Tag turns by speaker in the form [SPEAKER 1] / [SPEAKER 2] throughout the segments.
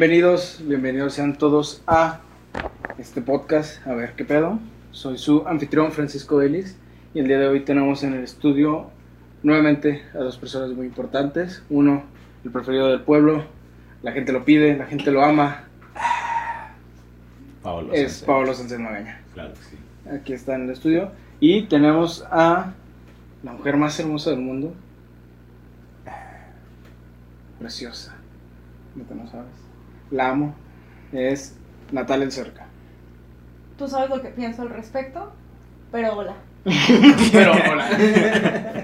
[SPEAKER 1] Bienvenidos, bienvenidos sean todos a este podcast. A ver qué pedo. Soy su anfitrión Francisco Ellis y el día de hoy tenemos en el estudio nuevamente a dos personas muy importantes. Uno, el preferido del pueblo. La gente lo pide, la gente lo ama.
[SPEAKER 2] Paolo
[SPEAKER 1] es
[SPEAKER 2] Sánchez.
[SPEAKER 1] Pablo Sánchez Magaña.
[SPEAKER 2] Claro que sí.
[SPEAKER 1] Aquí está en el estudio. Y tenemos a la mujer más hermosa del mundo. Preciosa. No te lo sabes. La amo. Es Natalia El Cerca.
[SPEAKER 3] Tú sabes lo que pienso al respecto, pero hola.
[SPEAKER 1] Pero hola.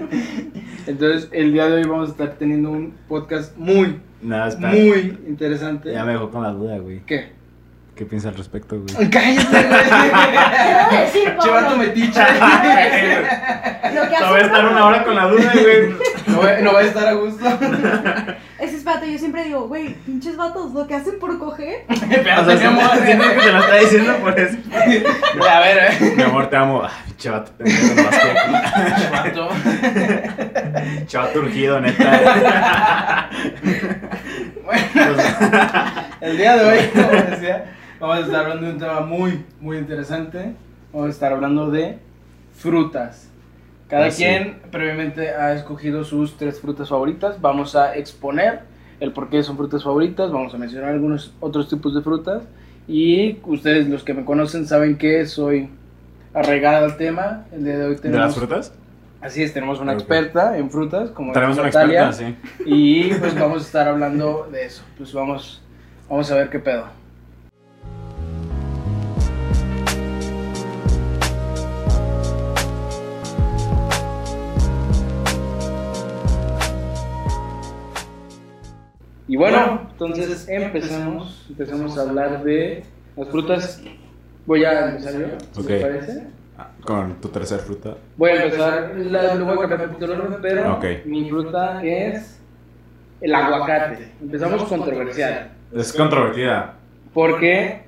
[SPEAKER 1] Entonces, el día de hoy vamos a estar teniendo un podcast muy,
[SPEAKER 2] Nada, espera.
[SPEAKER 1] muy interesante.
[SPEAKER 2] Ya me dejó con la duda, güey.
[SPEAKER 1] ¿Qué?
[SPEAKER 2] ¿Qué piensa al respecto, güey?
[SPEAKER 1] ¡Ay, ¡Cállate,
[SPEAKER 3] ¿Qué
[SPEAKER 1] güey!
[SPEAKER 3] voy a decir,
[SPEAKER 1] Lleva tu
[SPEAKER 3] Pablo?
[SPEAKER 1] metiche.
[SPEAKER 3] Lo que hace
[SPEAKER 2] No voy a estar
[SPEAKER 3] Pablo
[SPEAKER 2] una hora con la duda, güey.
[SPEAKER 1] No, va- no va a estar a gusto.
[SPEAKER 3] Es espérate, yo siempre digo, güey, pinches vatos, lo que hacen por coger.
[SPEAKER 2] O sea, siento siento que te lo está diciendo por eso.
[SPEAKER 1] A ver, eh.
[SPEAKER 2] Mi amor, te amo. Ah, pinche vato, te amo más que-
[SPEAKER 1] Vato.
[SPEAKER 2] pinche vato urgido, neta.
[SPEAKER 1] Bueno,
[SPEAKER 2] Pues,
[SPEAKER 1] el día de hoy, como decía, vamos a estar hablando de un tema muy, muy interesante. Vamos a estar hablando de frutas. Cada
[SPEAKER 2] Ah, sí.
[SPEAKER 1] quien previamente ha escogido sus tres frutas favoritas. Vamos a exponer el por qué son frutas favoritas. Vamos a mencionar algunos otros tipos de frutas. Y ustedes, los que me conocen, saben que soy arraigado al tema. El día de hoy
[SPEAKER 2] ¿De las
[SPEAKER 1] tenemos.
[SPEAKER 2] frutas?
[SPEAKER 1] Así es, tenemos una
[SPEAKER 2] Ok.
[SPEAKER 1] experta en frutas. Como
[SPEAKER 2] Tenemos
[SPEAKER 1] es
[SPEAKER 2] una
[SPEAKER 1] Natalia.
[SPEAKER 2] experta, sí.
[SPEAKER 1] Y pues vamos a estar hablando de eso. Pues vamos, vamos a ver qué pedo. Y bueno, entonces empezamos, empezamos a hablar de las frutas. Voy a empezar yo,
[SPEAKER 2] Ok.
[SPEAKER 1] ¿te parece?
[SPEAKER 2] Ah, Con tu tercer fruta.
[SPEAKER 1] Voy a empezar, la, le voy a cambiar un poquito el orden, pero
[SPEAKER 2] Ok.
[SPEAKER 1] mi fruta es el aguacate. Empezamos controversial,
[SPEAKER 2] Es controvertida.
[SPEAKER 1] porque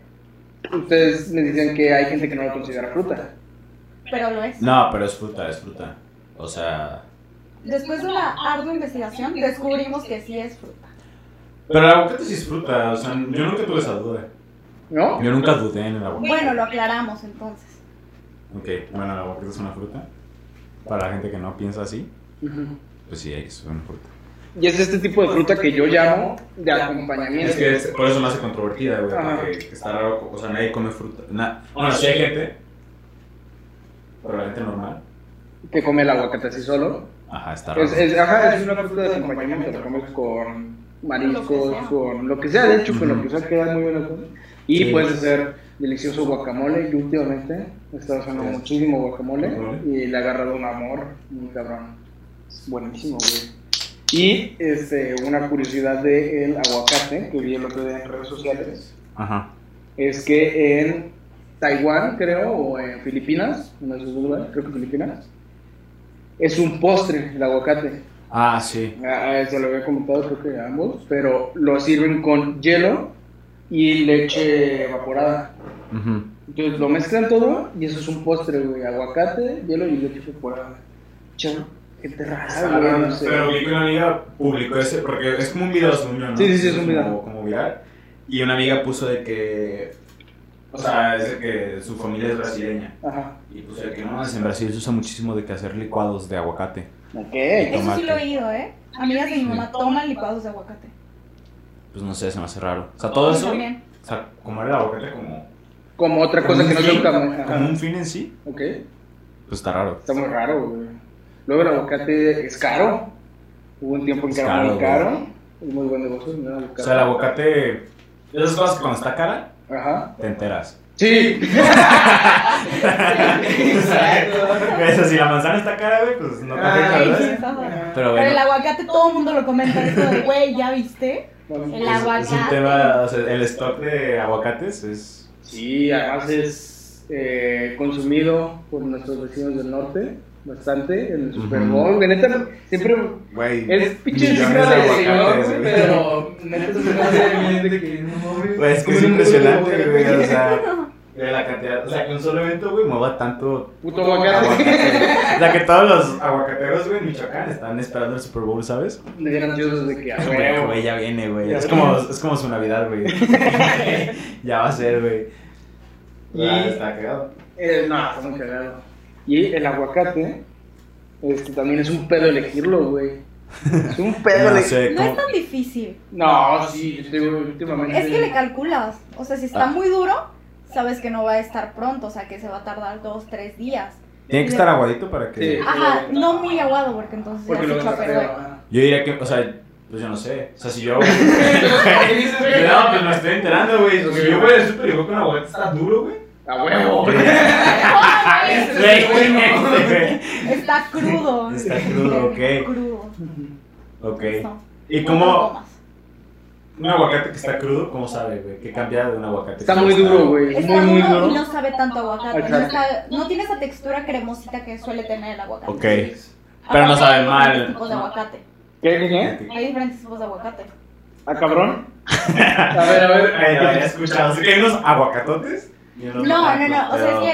[SPEAKER 1] ustedes me dicen que hay gente que no lo considera fruta.
[SPEAKER 3] Pero lo es.
[SPEAKER 2] No, pero es fruta, es fruta. O sea.
[SPEAKER 3] Después de una ardua investigación, descubrimos que sí es fruta.
[SPEAKER 2] Pero el aguacate sí es fruta. O sea, yo nunca tuve esa duda.
[SPEAKER 1] ¿No?
[SPEAKER 2] Yo nunca dudé en el aguacate.
[SPEAKER 3] Bueno, lo aclaramos entonces.
[SPEAKER 2] Ok, bueno, el aguacate es una fruta. Para la gente que no piensa así,
[SPEAKER 1] Ujú.
[SPEAKER 2] pues sí, es una fruta.
[SPEAKER 1] Y es este tipo de fruta que yo llamo de acompañamiento.
[SPEAKER 2] Es que es- por eso me hace controvertida, güey,
[SPEAKER 1] Ajá.
[SPEAKER 2] porque está raro, o sea, nadie come fruta. Na, bueno, sí hay gente, pero la gente normal.
[SPEAKER 1] Que come el aguacate así solo.
[SPEAKER 2] Ajá, está raro.
[SPEAKER 1] Es, es- ajá, es una fruta de acompañamiento, lo comes con mariscos, con lo que sea, de hecho, con lo que sea queda muy buena cosa. Y
[SPEAKER 2] Sí.
[SPEAKER 1] puedes hacer delicioso guacamole, yo últimamente he estado haciendo muchísimo guacamole y le he agarrado un amor, un cabrón. Es Buenísimo, güey. Y este, una curiosidad del aguacate, que vi el otro día en redes sociales,
[SPEAKER 2] Ajá.
[SPEAKER 1] es que en Taiwán, creo, o en Filipinas, en esos dos lugares, creo que Filipinas, es un postre el aguacate.
[SPEAKER 2] Ah, sí.
[SPEAKER 1] Ah, se lo había comentado, creo que a ambos, pero lo sirven con hielo y leche evaporada.
[SPEAKER 2] Ujú.
[SPEAKER 1] Entonces lo mezclan todo y eso es un postre, güey. Aguacate, hielo y leche evaporada. Chao, qué te rara, güey. Ah, No sé.
[SPEAKER 2] Pero vi que una amiga publicó ese, porque es como un video según yo, ¿no?
[SPEAKER 1] Sí, sí, sí, es un video.
[SPEAKER 2] Como, como viral. Y una amiga puso de que, o sea, es de que su familia es brasileña.
[SPEAKER 1] Ajá.
[SPEAKER 2] Y puso de que no, en Brasil se usa muchísimo de que hacer licuados de aguacate.
[SPEAKER 1] Ok.
[SPEAKER 3] Eso sí
[SPEAKER 2] tomate.
[SPEAKER 3] lo he oído, ¿eh? Amigas de mi mamá toman licuados de aguacate.
[SPEAKER 2] Pues no sé, se me hace raro. O sea, todo
[SPEAKER 3] Yo
[SPEAKER 2] eso, o
[SPEAKER 3] también.
[SPEAKER 2] sea, como era el aguacate como...
[SPEAKER 1] Como otra cosa que no
[SPEAKER 2] Como un
[SPEAKER 1] se
[SPEAKER 2] fin-
[SPEAKER 1] usa.
[SPEAKER 2] Como
[SPEAKER 1] Ajá.
[SPEAKER 2] un fin en sí.
[SPEAKER 1] Ok.
[SPEAKER 2] Pues está raro.
[SPEAKER 1] Está muy raro, güey. Luego el aguacate es caro. Hubo un tiempo en que
[SPEAKER 2] Es
[SPEAKER 1] era muy
[SPEAKER 2] caro,
[SPEAKER 1] caro. Es muy buen negocio. ¿no? El
[SPEAKER 2] O sea, el aguacate. Esas cosas que cuando está cara,
[SPEAKER 1] Ajá.
[SPEAKER 2] te enteras.
[SPEAKER 1] Sí. Exacto.
[SPEAKER 2] Eso, si la manzana está cara, güey, pues no te
[SPEAKER 1] Ay,
[SPEAKER 2] afecta,
[SPEAKER 3] Ay, sí,
[SPEAKER 2] ¿verdad?
[SPEAKER 3] está raro.
[SPEAKER 2] Pero
[SPEAKER 3] Pero el
[SPEAKER 2] bueno,
[SPEAKER 3] aguacate todo el mundo lo comenta, esto de, güey, ¿ya viste?
[SPEAKER 1] Bueno,
[SPEAKER 3] El
[SPEAKER 2] es, es un
[SPEAKER 3] aguacate.
[SPEAKER 2] tema. O sea, el stock de aguacates es.
[SPEAKER 1] Sí, además es eh, consumido por nuestros vecinos del norte bastante en el Super Bowl. güey. Neta, siempre
[SPEAKER 2] Güey.
[SPEAKER 1] es pinche
[SPEAKER 2] millones
[SPEAKER 1] cifra
[SPEAKER 2] de
[SPEAKER 1] de señor,
[SPEAKER 2] aguacates,
[SPEAKER 1] güey,
[SPEAKER 2] güey.
[SPEAKER 1] pero neta se me hace bien de que no,
[SPEAKER 2] Güey, es que es impresionante, güey. O sea, de la cantidad. O sea, que un solo evento, güey, mueva tanto
[SPEAKER 1] Puto aguacate.
[SPEAKER 2] aguacate. O sea, que todos los aguacateros, güey, en Michoacán están esperando el Super Bowl, ¿sabes?
[SPEAKER 1] Le dieron ansiosos de que, a
[SPEAKER 2] Güey,
[SPEAKER 1] huevo.
[SPEAKER 2] güey, ya viene, güey.
[SPEAKER 1] Ya
[SPEAKER 2] Es
[SPEAKER 1] viene.
[SPEAKER 2] como, es como su Navidad, güey. ya va a ser, güey.
[SPEAKER 1] Y-
[SPEAKER 2] Ah, Está cagado.
[SPEAKER 1] Eh, no, está muy cagado. Y el aguacate, este, también es un pedo elegirlo, güey. Es un pedo
[SPEAKER 2] No
[SPEAKER 1] elegirlo.
[SPEAKER 2] sé,
[SPEAKER 3] No es
[SPEAKER 2] como...
[SPEAKER 3] tan difícil.
[SPEAKER 1] No, sí, yo te digo, últimamente.
[SPEAKER 3] Es que le calculas. O sea, si está
[SPEAKER 2] Mm. Ah.
[SPEAKER 3] muy duro, sabes que no va a estar pronto. O sea, que se va a tardar dos, tres días.
[SPEAKER 2] Tiene que estar aguadito para
[SPEAKER 1] Sí.
[SPEAKER 2] que...
[SPEAKER 3] Ajá, no muy aguado porque entonces
[SPEAKER 1] Porque lo
[SPEAKER 3] ya se echa a
[SPEAKER 1] vas a
[SPEAKER 3] perder.
[SPEAKER 1] hacer.
[SPEAKER 2] Yo diría que, o sea, pues yo no sé. O sea, si yo. no, pues me estoy enterando, güey. O sea, Si yo voy al súper y voy con aguacate, está duro, güey.
[SPEAKER 1] A huevo.
[SPEAKER 3] ¡Ay!
[SPEAKER 2] Güey, güey.
[SPEAKER 3] Está crudo.
[SPEAKER 2] Está crudo, ok.
[SPEAKER 3] Crudo.
[SPEAKER 2] Ok.
[SPEAKER 3] No.
[SPEAKER 2] ¿Y
[SPEAKER 3] No lo
[SPEAKER 2] cómo
[SPEAKER 3] comas.
[SPEAKER 2] un aguacate que está crudo, cómo sabe, güey? ¿Qué cambia de un aguacate?
[SPEAKER 1] Está
[SPEAKER 2] que
[SPEAKER 1] muy duro, güey.
[SPEAKER 3] Está
[SPEAKER 1] Muy, muy
[SPEAKER 3] duro y
[SPEAKER 1] duro.
[SPEAKER 3] no sabe tanto a aguacate. No,
[SPEAKER 1] Exacto.
[SPEAKER 3] está- no tiene esa textura cremosita que suele tener el aguacate.
[SPEAKER 2] Ok.
[SPEAKER 1] ¿Eh?
[SPEAKER 2] Pero no
[SPEAKER 3] Aparte,
[SPEAKER 2] sabe
[SPEAKER 3] hay
[SPEAKER 2] mal.
[SPEAKER 3] diferentes tipos de aguacate.
[SPEAKER 1] ¿Qué, qué, qué?
[SPEAKER 2] ¿Eh?
[SPEAKER 3] Hay diferentes tipos de aguacate.
[SPEAKER 1] ¿A cabrón? A ver, a ver.
[SPEAKER 2] Ay, no, ya he escuchado. Así que hay unos aguacatotes. y unos
[SPEAKER 3] No, no,
[SPEAKER 2] tacos,
[SPEAKER 3] no. O sea, es
[SPEAKER 2] pero-
[SPEAKER 3] que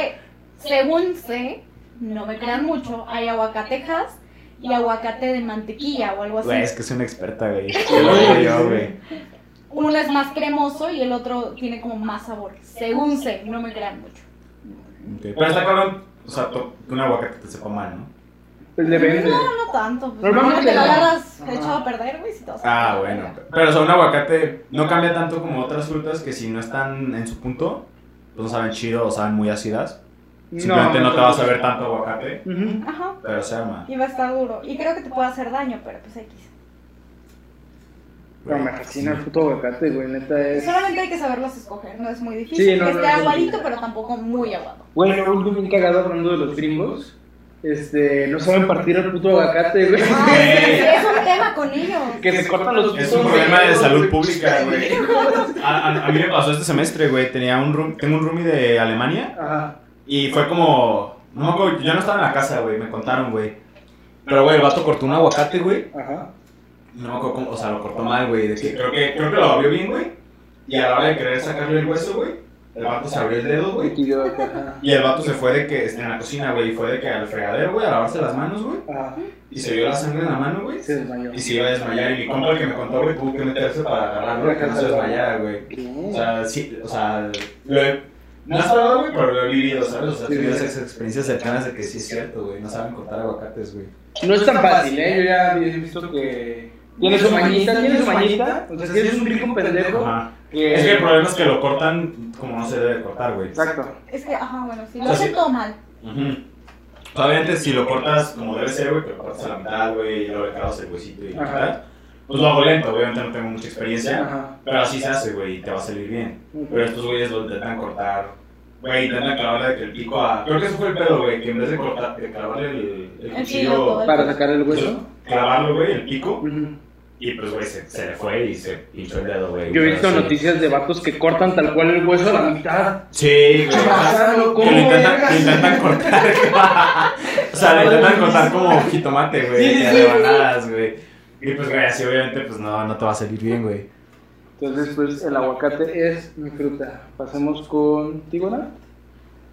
[SPEAKER 3] según sé, no me crean mucho, hay aguacatejas y aguacate de mantequilla o algo así.
[SPEAKER 2] Güey, es que soy una experta, güey. Yo lo digo yo, güey.
[SPEAKER 3] Uno es más cremoso y el otro tiene como más sabor. Según sé, no me crean mucho.
[SPEAKER 2] Ok, Pero está cabrón, o sea, to- que un aguacate te sepa mal, ¿no?
[SPEAKER 1] Pues depende.
[SPEAKER 3] No tanto. Pues,
[SPEAKER 1] Normalmente
[SPEAKER 3] normalmente te lo
[SPEAKER 1] no.
[SPEAKER 3] agarras
[SPEAKER 1] Ajá.
[SPEAKER 3] echado a perder, güey, si te vas a-
[SPEAKER 2] Ah, bueno. Pero, o sea, un aguacate no cambia tanto como otras frutas que si no están en su punto, pues no saben chido o saben muy ácidas. Simplemente no, te vas a ver tanto aguacate,
[SPEAKER 1] Ujú.
[SPEAKER 3] Ajá.
[SPEAKER 2] pero se arma.
[SPEAKER 3] Y va a estar duro. Y creo que te puede hacer daño, pero pues X.
[SPEAKER 1] Pero me fascina el puto aguacate, güey. Neta es.
[SPEAKER 3] Solamente hay que saberlos escoger, no es muy difícil.
[SPEAKER 1] Sí, no,
[SPEAKER 3] que
[SPEAKER 1] no,
[SPEAKER 3] esté
[SPEAKER 1] no, no.
[SPEAKER 3] aguadito, pero tampoco muy aguado.
[SPEAKER 1] Güey, no, algo bien cagado hablando de los gringos. Este, no saben partir el puto aguacate, güey.
[SPEAKER 3] Ay, sí, sí, es un tema con ellos.
[SPEAKER 1] Que se cortan los
[SPEAKER 2] Es un problema de salud pública, güey. A, a- a mí me pasó este semestre, güey. Tenía un room- tengo un roomie de Alemania
[SPEAKER 1] Ajá.
[SPEAKER 2] y fue como... No, me acuerdo, yo no estaba en la casa, güey. Me contaron, güey. Pero, güey, el vato cortó un aguacate, güey.
[SPEAKER 1] Ajá.
[SPEAKER 2] No me acuerdo cómo, o sea, lo cortó mal, güey. de que- Creo que, creo que lo abrió bien, güey. Y a la hora de querer sacarle el hueso, güey, el vato se abrió el dedo, güey.
[SPEAKER 1] Y yo acá, ajá.
[SPEAKER 2] Y el vato se fue de que, en la cocina, güey, y fue de que al fregadero, güey, a lavarse las manos, güey.
[SPEAKER 1] Ajá.
[SPEAKER 2] Y se vio la sangre en la mano, güey.
[SPEAKER 1] "Ah, Se desmayó.
[SPEAKER 2] Y se iba a desmayar. Y mi compa, el que me contó, güey, tuvo que meterse para agarrarlo, para que no se desmayara, güey. O
[SPEAKER 1] ¿Qué?
[SPEAKER 2] sea, sí, o sea, lo he- no has hablado, güey, pero lo he vivido, ¿sabes? O sea, he tenido esas experiencias cercanas de que sí es cierto, güey. No saben cortar aguacates, güey.
[SPEAKER 1] No es tan fácil, ¿eh? Yo ya he visto que... Tiene su mañita, tiene su mañita. O sea, si eres un rico pendejo...
[SPEAKER 2] Ajá.
[SPEAKER 1] que-
[SPEAKER 2] Es que el problema es que lo cortan como no se debe cortar, güey.
[SPEAKER 1] Exacto.
[SPEAKER 3] Es que, ajá, bueno, si
[SPEAKER 2] O
[SPEAKER 3] lo
[SPEAKER 2] sea,
[SPEAKER 3] hacen
[SPEAKER 2] sí.
[SPEAKER 3] todo mal.
[SPEAKER 2] Ujú. Obviamente, si lo cortas como debe ser, güey, que lo cortas a la mitad, güey, y luego le clavas el huesito y
[SPEAKER 1] Ajá.
[SPEAKER 2] tal. Pues lo hago lento, obviamente no tengo mucha experiencia,
[SPEAKER 1] Ajá.
[SPEAKER 2] pero así se hace, güey, y te va a salir bien. Pero estos güeyes lo intentan cortar, güey, intentan clavarle de que el pico a. Creo que eso fue el pedo, güey, que en vez de, cortar, de clavarle el, el
[SPEAKER 3] El filo, todo
[SPEAKER 2] cuchillo, pues,
[SPEAKER 3] el-
[SPEAKER 1] Para sacar el hueso.
[SPEAKER 2] clavarlo, güey, el pico,
[SPEAKER 1] Ujú.
[SPEAKER 2] y pues, güey, se, se le fue y se pinchó el dedo, güey.
[SPEAKER 1] Yo he
[SPEAKER 2] Pero
[SPEAKER 1] visto
[SPEAKER 2] sí.
[SPEAKER 1] noticias de vatos que cortan tal cual el hueso a la mitad.
[SPEAKER 2] Sí, güey.
[SPEAKER 1] Pasarlo,
[SPEAKER 2] Que
[SPEAKER 1] ¿cómo
[SPEAKER 2] lo intentan,
[SPEAKER 1] vergas?
[SPEAKER 2] lo intentan cortar. o sea, lo intentan cortar como jitomate, güey.
[SPEAKER 1] Sí, sí,
[SPEAKER 2] de
[SPEAKER 1] sí,
[SPEAKER 2] rebanadas, güey. Y pues, güey, así obviamente, pues no, no te va a salir bien, güey.
[SPEAKER 1] Entonces, pues, el aguacate es mi fruta. Pasemos con tígona.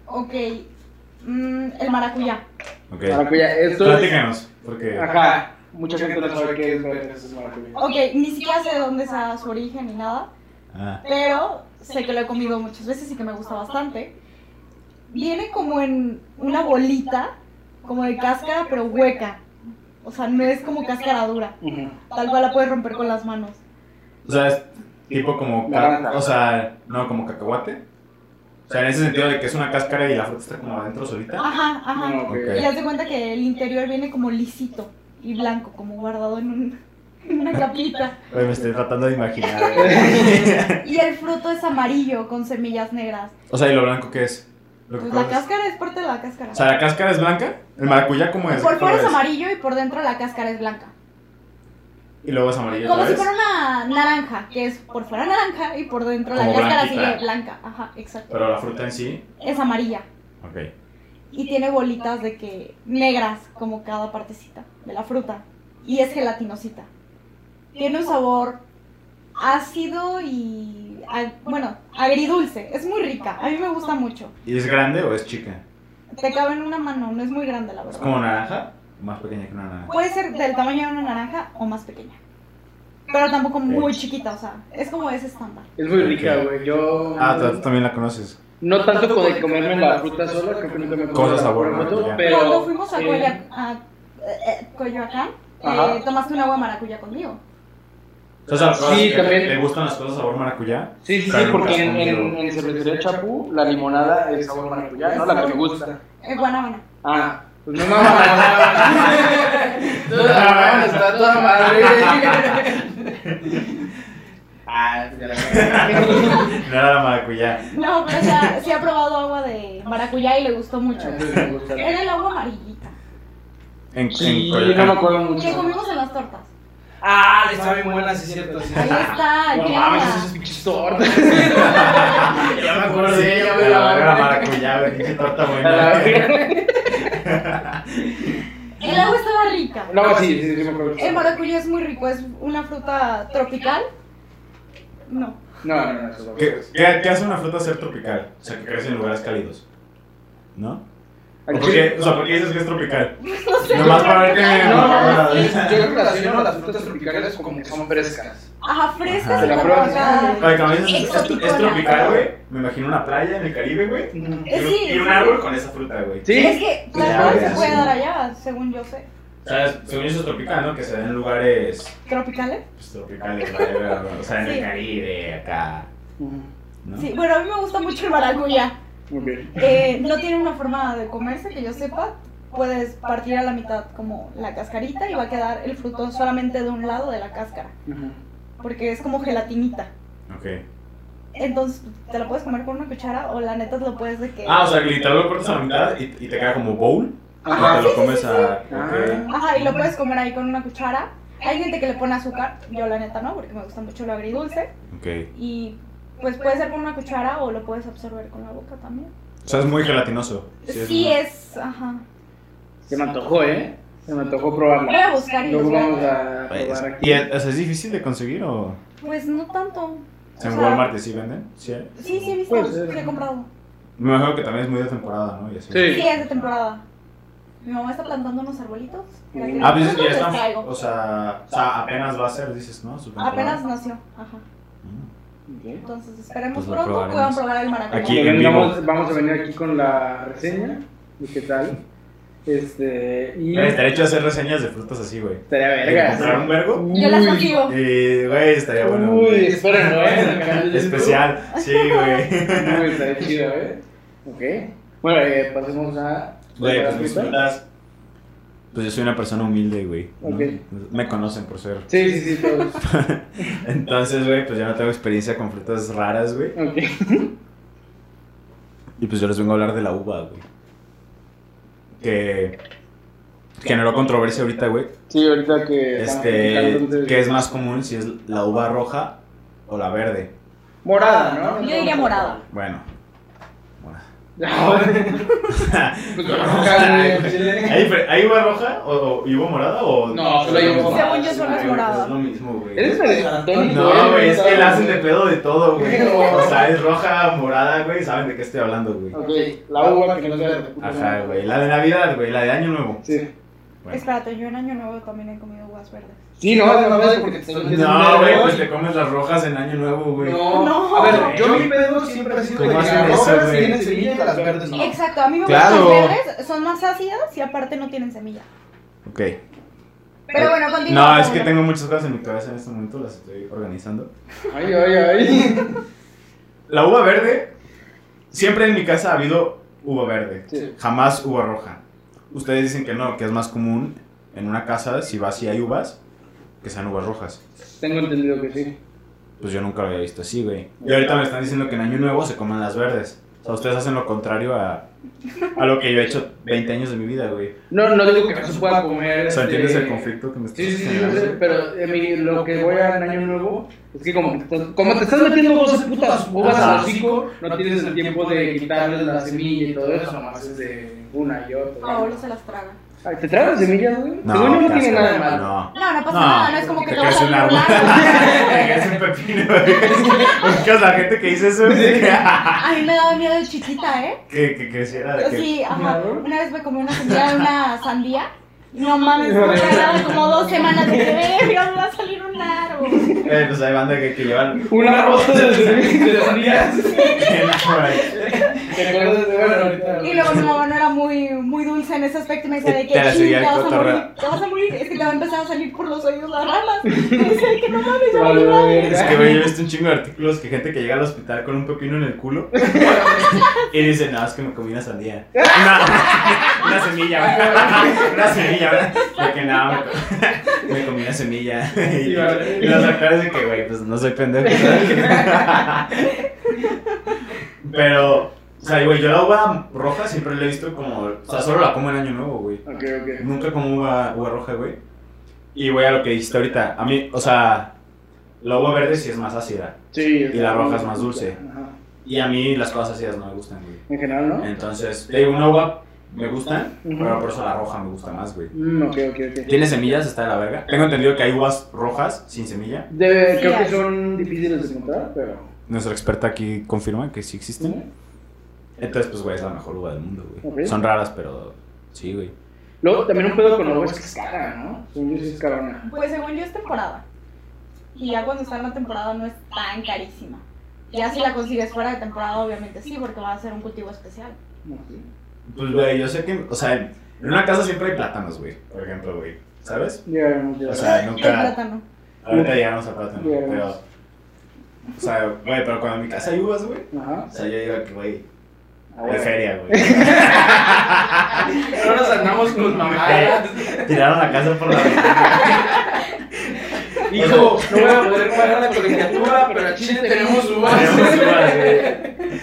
[SPEAKER 3] Ok. Mm, el maracuyá.
[SPEAKER 2] Ok.
[SPEAKER 1] Maracuyá, esto es...
[SPEAKER 2] Platícanos, porque.
[SPEAKER 1] Ajá. Mucha gente no sabe qué es, pero eso es maracuyá.
[SPEAKER 3] Ok, ni siquiera sé de dónde sea su origen ni nada,
[SPEAKER 2] Ah,
[SPEAKER 3] pero sé que lo he comido muchas veces y que me gusta bastante. Viene como en una bolita, como de cáscara, pero hueca. O sea, no es como cáscara dura.
[SPEAKER 1] Ujú.
[SPEAKER 3] Tal cual la puedes romper con las manos.
[SPEAKER 2] O sea, es tipo como. ca-
[SPEAKER 1] Naranja.
[SPEAKER 2] O sea, no, como cacahuate. O sea, en ese sentido de que es una cáscara y la fruta está como adentro solita.
[SPEAKER 3] Ajá, ajá.
[SPEAKER 1] No, Ah, ok.
[SPEAKER 2] Ok.
[SPEAKER 3] Y haz de cuenta que el interior viene como lisito y blanco, como guardado en, un- en una capita.
[SPEAKER 2] Güey, me estoy tratando de imaginar, güey.
[SPEAKER 3] Y el fruto es amarillo con semillas negras.
[SPEAKER 2] o sea, ¿y lo blanco qué es? Lo que
[SPEAKER 3] Pues la
[SPEAKER 2] comes.
[SPEAKER 3] cáscara es parte de la cáscara.
[SPEAKER 2] O sea, la cáscara es blanca. El maracuyá, ¿cómo es?
[SPEAKER 3] Por
[SPEAKER 2] ¿Qué
[SPEAKER 3] fuera
[SPEAKER 2] color
[SPEAKER 3] es amarillo y por dentro la cáscara es blanca.
[SPEAKER 2] Y luego es amarillo
[SPEAKER 3] Como
[SPEAKER 2] otra
[SPEAKER 3] si
[SPEAKER 2] vez.
[SPEAKER 3] fuera una naranja, que es por fuera naranja y por dentro la
[SPEAKER 2] Como
[SPEAKER 3] cáscara
[SPEAKER 2] blanquita.
[SPEAKER 3] sigue blanca. Ajá, exacto.
[SPEAKER 2] Pero la fruta en sí.
[SPEAKER 3] Es amarilla
[SPEAKER 2] Ok.
[SPEAKER 3] y tiene bolitas de que negras como cada partecita de la fruta y es gelatinosita. Tiene un sabor ácido y a a- bueno, agridulce. Es muy rica. A mí me gusta mucho.
[SPEAKER 2] ¿Y es grande o es chica?
[SPEAKER 3] Te cabe en una mano, no es muy grande, la
[SPEAKER 2] ¿Es
[SPEAKER 3] verdad.
[SPEAKER 2] como naranja? Más pequeña que una naranja.
[SPEAKER 3] Puede ser del tamaño de una naranja o más pequeña. Pero tampoco muy chiquita, o sea, es como ese estándar.
[SPEAKER 1] Es muy rica,
[SPEAKER 2] Ok.
[SPEAKER 1] güey. Yo.
[SPEAKER 2] Ah, tú, tú también la conoces.
[SPEAKER 1] No tanto con el comerme la fruta sola, creo que nunca me he comido
[SPEAKER 2] Cosas
[SPEAKER 1] la
[SPEAKER 2] sabor,
[SPEAKER 1] fruta,
[SPEAKER 2] ¿no? Ya.
[SPEAKER 1] pero.
[SPEAKER 3] Cuando fuimos a,
[SPEAKER 1] eh,
[SPEAKER 3] Coya- a, eh, eh, Coyoacán,
[SPEAKER 1] Ajá.
[SPEAKER 3] eh, tomaste un agua de maracuyá conmigo.
[SPEAKER 2] O sea,
[SPEAKER 1] Sí,
[SPEAKER 2] ¿te-
[SPEAKER 1] también.
[SPEAKER 2] ¿Te gustan las cosas sabor maracuyá?
[SPEAKER 1] Sí, sí, sí,
[SPEAKER 2] Pero nunca has
[SPEAKER 1] porque en, en,
[SPEAKER 2] comido.
[SPEAKER 1] en cervecería Chapú la limonada es sabor maracuyá, no la que me gusta.
[SPEAKER 3] En Guanabana.
[SPEAKER 1] Ah, pues no mames. Toda madre, está toda madre. Ah, ya la
[SPEAKER 2] No era la maracuyá.
[SPEAKER 3] No, pero o sea, sí ha probado agua de maracuyá y le gustó mucho.
[SPEAKER 1] me gusta.
[SPEAKER 3] Era el agua amarillita.
[SPEAKER 2] En,
[SPEAKER 1] Sí,
[SPEAKER 2] en
[SPEAKER 1] no me
[SPEAKER 2] Coyoacán.
[SPEAKER 1] acuerdo
[SPEAKER 3] Que
[SPEAKER 1] mucho.
[SPEAKER 3] comimos en las tortas.
[SPEAKER 1] Ah, está bien buena, sí es cierto. sí.
[SPEAKER 3] Ahí está,
[SPEAKER 1] No
[SPEAKER 3] crema.
[SPEAKER 1] mames, esas pinches tortas. Ya me
[SPEAKER 2] Sí,
[SPEAKER 1] acordé, ya
[SPEAKER 2] a
[SPEAKER 1] me
[SPEAKER 2] la verga,
[SPEAKER 1] la
[SPEAKER 2] maracuyá, güey, pinche torta
[SPEAKER 1] A la
[SPEAKER 2] buena.
[SPEAKER 1] verga.
[SPEAKER 3] El agua estaba rica.
[SPEAKER 1] No, sí, sí, sí, me acuerdo.
[SPEAKER 3] El maracuyá es muy rico, es una fruta tropical. No.
[SPEAKER 1] No, no, no, eso
[SPEAKER 2] ¿Qué, qué, qué hace una fruta ser tropical? O sea, que crece en lugares cálidos. ¿No? ¿O, por qué, o sea, ¿por qué dices que es tropical? Nomás para ver que me...
[SPEAKER 1] No,
[SPEAKER 2] para-
[SPEAKER 1] Yo relaciono las frutas tropicales como que son frescas.
[SPEAKER 3] Ajá, fresca
[SPEAKER 1] Te
[SPEAKER 3] se
[SPEAKER 1] la
[SPEAKER 3] la
[SPEAKER 1] pruebas.
[SPEAKER 2] Oye, cuando dices, es, es-
[SPEAKER 3] Exoticona.
[SPEAKER 2] es tropical, güey, me imagino una playa en el Caribe, güey.
[SPEAKER 3] Eh,
[SPEAKER 2] y un-
[SPEAKER 3] sí,
[SPEAKER 2] y un
[SPEAKER 3] sí.
[SPEAKER 2] árbol con esa fruta, güey.
[SPEAKER 3] Es
[SPEAKER 1] ¿Sí?
[SPEAKER 3] que
[SPEAKER 1] Ya,
[SPEAKER 3] la verdad
[SPEAKER 1] ya,
[SPEAKER 3] se puede
[SPEAKER 1] sí.
[SPEAKER 3] dar allá, según yo sé.
[SPEAKER 2] O sea, es- según yo eso es tropical, ¿no? Que se da en lugares
[SPEAKER 3] ¿Tropicales?
[SPEAKER 2] pues, tropicales, ¿verdad? o sea, en el
[SPEAKER 3] Sí.
[SPEAKER 2] Caribe, acá, ¿no?
[SPEAKER 3] Sí, bueno, a mí me gusta mucho el maracuyá.
[SPEAKER 1] Muy bien.
[SPEAKER 3] Eh, no tiene una forma de comerse que yo sepa. Puedes partir a la mitad como la cascarita y va a quedar el fruto solamente de un lado de la cáscara, porque es como gelatinita.
[SPEAKER 2] Ok.
[SPEAKER 3] Entonces pues, te la puedes comer con una cuchara o la neta te lo puedes de que...
[SPEAKER 2] Ah, o sea, que literal lo cortas a la mitad y, y te queda como bowl.
[SPEAKER 1] Ajá.
[SPEAKER 2] o te lo comes a...
[SPEAKER 1] Ah.
[SPEAKER 2] ok.
[SPEAKER 3] Ajá, y lo puedes comer ahí con una cuchara. Hay gente que le pone azúcar, yo la neta no, porque me gusta mucho lo agridulce.
[SPEAKER 2] Ok.
[SPEAKER 3] Y pues puede ser con una cuchara o lo puedes absorber con la boca también.
[SPEAKER 2] O sea, es muy gelatinoso.
[SPEAKER 3] Sí,
[SPEAKER 2] muy-
[SPEAKER 3] es, ajá.
[SPEAKER 1] Se me antojó, ¿eh? Se me antojó probarla.
[SPEAKER 3] Voy a buscar y los
[SPEAKER 1] Luego
[SPEAKER 3] voy a
[SPEAKER 1] vamos
[SPEAKER 3] poner.
[SPEAKER 1] a
[SPEAKER 2] Pues,
[SPEAKER 1] probar aquí.
[SPEAKER 2] ¿Y es, o sea, es difícil de conseguir o...?
[SPEAKER 3] Pues no tanto. O
[SPEAKER 2] O sea, en
[SPEAKER 3] sea,
[SPEAKER 2] Walmart sí venden. Sí. hay.
[SPEAKER 3] Sí, sí, he visto,
[SPEAKER 1] Puede ser.
[SPEAKER 3] sí he comprado.
[SPEAKER 2] Me imagino que también es muy de temporada, ¿no? Y así.
[SPEAKER 1] Sí.
[SPEAKER 3] Sí, es de temporada. Mi mamá está plantando unos arbolitos.
[SPEAKER 1] Mm.
[SPEAKER 2] Ah, pues es que ya
[SPEAKER 3] Les
[SPEAKER 2] están...
[SPEAKER 3] traigo.
[SPEAKER 2] O sea, o sea, apenas va a ser, dices, ¿no? Su temporada.
[SPEAKER 3] Apenas nació, ajá.
[SPEAKER 2] Mm.
[SPEAKER 1] Ok.
[SPEAKER 3] Entonces esperemos
[SPEAKER 2] Pues lo
[SPEAKER 3] pronto
[SPEAKER 2] probaremos.
[SPEAKER 3] puedan probar el maracuyá.
[SPEAKER 2] Aquí.
[SPEAKER 1] Y
[SPEAKER 2] en vivo.
[SPEAKER 1] vamos, vamos a venir aquí con la reseña de qué tal. Este. Y.
[SPEAKER 2] Güey, Estaría hecho hacer reseñas de frutas así, güey.
[SPEAKER 1] Estaría
[SPEAKER 2] De Comprar
[SPEAKER 1] verga.
[SPEAKER 2] un vergo.
[SPEAKER 1] Uy.
[SPEAKER 3] Yo las consigo.
[SPEAKER 2] Y, güey, estaría bueno.
[SPEAKER 1] Uy, espérenlo, ¿eh? En el canal de YouTube.
[SPEAKER 2] Especial. Sí, güey.
[SPEAKER 1] Muy estaría chido, ¿eh? Ok. Bueno, eh, pasemos a.
[SPEAKER 2] Güey, pues mis
[SPEAKER 1] ¿Fruta?
[SPEAKER 2] frutas. Pues yo soy una persona humilde, güey. ¿no? Pues,
[SPEAKER 1] Ok.
[SPEAKER 2] Me conocen por ser.
[SPEAKER 1] Sí, sí, sí, todos.
[SPEAKER 2] Entonces, güey, pues yo no tengo experiencia con frutas raras, güey.
[SPEAKER 1] Ok.
[SPEAKER 2] Y pues yo les vengo a hablar de la uva, güey. Que generó controversia ahorita, güey.
[SPEAKER 1] Sí, ahorita que.
[SPEAKER 2] Este, que es más común si es la uva roja o la verde.
[SPEAKER 1] Morada, ¿no?
[SPEAKER 3] Yo diría morada.
[SPEAKER 2] Bueno.
[SPEAKER 1] No, Pues,
[SPEAKER 2] ¿Hay, fre- hay uva roja o, o- y uva morada o
[SPEAKER 1] No, solo hay uva morada.
[SPEAKER 3] Según yo, solo es morada.
[SPEAKER 2] pues, Es lo mismo, güey.
[SPEAKER 1] Eres medio daltónico,
[SPEAKER 2] No,
[SPEAKER 1] ¿eh?
[SPEAKER 2] güey, es que le hacen de pedo de todo, güey. O sea, es roja, morada, güey, saben de qué estoy hablando, güey.
[SPEAKER 1] Ok, la uva que no es verde.
[SPEAKER 2] Ajá, güey. La de Navidad, güey, la de Año Nuevo.
[SPEAKER 1] Sí.
[SPEAKER 2] Bueno.
[SPEAKER 3] Espérate, yo en Año Nuevo también he comido uvas verdes.
[SPEAKER 1] Sí, no, no mames, porque te
[SPEAKER 2] No, güey, pues te comes las rojas en Año Nuevo, güey.
[SPEAKER 1] No.
[SPEAKER 3] No.
[SPEAKER 1] A ver, yo mi pedo siempre ha sido de
[SPEAKER 2] ¿Cómo
[SPEAKER 1] que las
[SPEAKER 2] hacen eso,
[SPEAKER 1] rojas
[SPEAKER 2] güey?
[SPEAKER 1] tienen semilla y las verdes no.
[SPEAKER 3] Exacto, a mí me
[SPEAKER 2] Claro.
[SPEAKER 3] gustan las verdes, son más ácidas y aparte no tienen semilla.
[SPEAKER 2] Ok.
[SPEAKER 3] Pero bueno, continúa.
[SPEAKER 2] No, es que
[SPEAKER 3] Pablo.
[SPEAKER 2] tengo muchas cosas en mi cabeza en este momento, las estoy organizando.
[SPEAKER 1] Ay, ay, ay.
[SPEAKER 2] La uva verde, siempre en mi casa ha habido uva verde.
[SPEAKER 1] Sí.
[SPEAKER 2] Jamás uva roja. Ustedes dicen que no, que es más común en una casa, si vas y hay uvas, que sean uvas rojas.
[SPEAKER 1] Tengo entendido que sí.
[SPEAKER 2] Pues yo nunca lo había visto así, güey. Y ahorita me están diciendo que en Año Nuevo se coman las verdes. O sea, ustedes hacen lo contrario a, a lo que yo he hecho 20 años de mi vida, güey.
[SPEAKER 1] No, no digo que no se pueda comer.
[SPEAKER 2] O sea, ¿entiendes
[SPEAKER 1] este,
[SPEAKER 2] el conflicto que me estás
[SPEAKER 1] Sí, sí, sí, yo
[SPEAKER 2] generando?
[SPEAKER 1] sé, pero eh, mi- lo que voy a en año nuevo es que como, te estás- como te estás metiendo 12 putas uvas
[SPEAKER 2] Ajá.
[SPEAKER 1] al hocico, no tienes el tiempo de quitarles la semilla y todo eso, nomás es de una y otra.
[SPEAKER 3] Paolo se las traga.
[SPEAKER 1] Ay, ¿Te traes las semillas, güey?
[SPEAKER 2] No,
[SPEAKER 1] Según yo no
[SPEAKER 2] qué
[SPEAKER 1] tiene
[SPEAKER 2] asco.
[SPEAKER 1] nada de malo.
[SPEAKER 2] No.
[SPEAKER 3] No, no pasa nada, no es como que te, vas a
[SPEAKER 2] un árbol. Te crece un pepino. güey. Ubicas la gente que dice eso. Que,
[SPEAKER 3] A mí me daba miedo de chiquita, ¿eh?
[SPEAKER 2] que, que creciera de que.
[SPEAKER 3] Sí, ajá.
[SPEAKER 1] ¿Un árbol?
[SPEAKER 3] Una vez me comí una semilla de una sandía. No mames,
[SPEAKER 1] Híjole.
[SPEAKER 3] me quedaba como dos semanas de que verga, me va a salir un árbol.
[SPEAKER 2] Eh, pues hay banda que, que llevan.
[SPEAKER 1] Una rosa de semillas.
[SPEAKER 2] Te
[SPEAKER 1] ¿Te acuerdas de bueno, ahorita?
[SPEAKER 3] Y luego mi mamá no era muy, muy dulce en ese aspecto y me decía de que
[SPEAKER 2] Te la seguía
[SPEAKER 3] "Chin, te
[SPEAKER 2] el
[SPEAKER 3] vas a morir,
[SPEAKER 2] cotorreo".
[SPEAKER 3] te vas a morir, es que te va a empezar a salir por los oídos las ramas. Y decía de que no mames, ya va a
[SPEAKER 1] Vale,
[SPEAKER 3] llevar.
[SPEAKER 1] verga.
[SPEAKER 2] Es que, güey, yo he visto un chingo de artículos que gente que llega al hospital con un pepino en el culo y dice, no, es que me comí una sandía. Una, una semilla, güey. Una semilla, ¿verdad? De que no, me, co- me comí una semilla. Y, y los doctores de que, güey, pues no soy pendejo. ¿sabes? Pero, o sea, güey, yo la uva roja siempre la he visto como, o sea, solo la como en Año Nuevo, güey.
[SPEAKER 1] Ok, ok.
[SPEAKER 2] Nunca como uva, uva roja, güey. Y, güey, a lo que dijiste ahorita, a mí, o sea, la uva verde sí es más ácida.
[SPEAKER 1] Sí.
[SPEAKER 2] Y la roja es más dulce.
[SPEAKER 1] Ajá.
[SPEAKER 2] Y a mí las cosas ácidas no me gustan, güey.
[SPEAKER 1] En general, ¿no?
[SPEAKER 2] Entonces, te digo, una uva me gusta,
[SPEAKER 1] Ujú.
[SPEAKER 2] pero por eso la roja me gusta más, güey.
[SPEAKER 1] Mm, ok, ok, ok.
[SPEAKER 2] ¿Tiene semillas? Está de la verga. Tengo entendido que hay uvas rojas sin semilla.
[SPEAKER 1] Debe-
[SPEAKER 3] Sí,
[SPEAKER 1] creo que
[SPEAKER 3] hay.
[SPEAKER 1] son difíciles de encontrar, pero.
[SPEAKER 2] Nuestra experta aquí confirma que sí existen. Entonces, pues, güey, es la mejor uva del mundo, güey.
[SPEAKER 1] Ok.
[SPEAKER 2] Son raras, pero sí, güey.
[SPEAKER 1] Luego también un pedo con la uva es que es cara, ¿no? Según yo sí es carona.
[SPEAKER 3] Pues según yo es temporada. Y ya cuando está en la temporada no es tan carísima. Ya si la consigues fuera de temporada, obviamente sí, porque va a ser un cultivo especial.
[SPEAKER 1] No sé.
[SPEAKER 2] Pues, güey, yo sé que, o sea, en una casa siempre hay plátanos, güey. Por ejemplo, güey. ¿Sabes?
[SPEAKER 1] Ya veremos, ya
[SPEAKER 2] O
[SPEAKER 1] veremos.
[SPEAKER 2] sea,
[SPEAKER 3] El
[SPEAKER 2] nunca-
[SPEAKER 3] plátano.
[SPEAKER 2] Ahorita llegamos a plátano,
[SPEAKER 1] Bien.
[SPEAKER 2] pero. O sea, güey, pero cuando en mi casa hay uvas, güey.
[SPEAKER 1] Ajá.
[SPEAKER 2] O sea, yo digo que, güey,
[SPEAKER 1] Ah,
[SPEAKER 2] de
[SPEAKER 1] bueno.
[SPEAKER 2] feria, güey.
[SPEAKER 1] Ahora nos andamos con mamadas.
[SPEAKER 2] Eh, Tiraron la casa por la ventana.
[SPEAKER 4] Hijo, no voy a poder pagar la colegiatura, pero a Chile tenemos
[SPEAKER 2] Tenemos
[SPEAKER 4] uvas.
[SPEAKER 2] uvas, güey.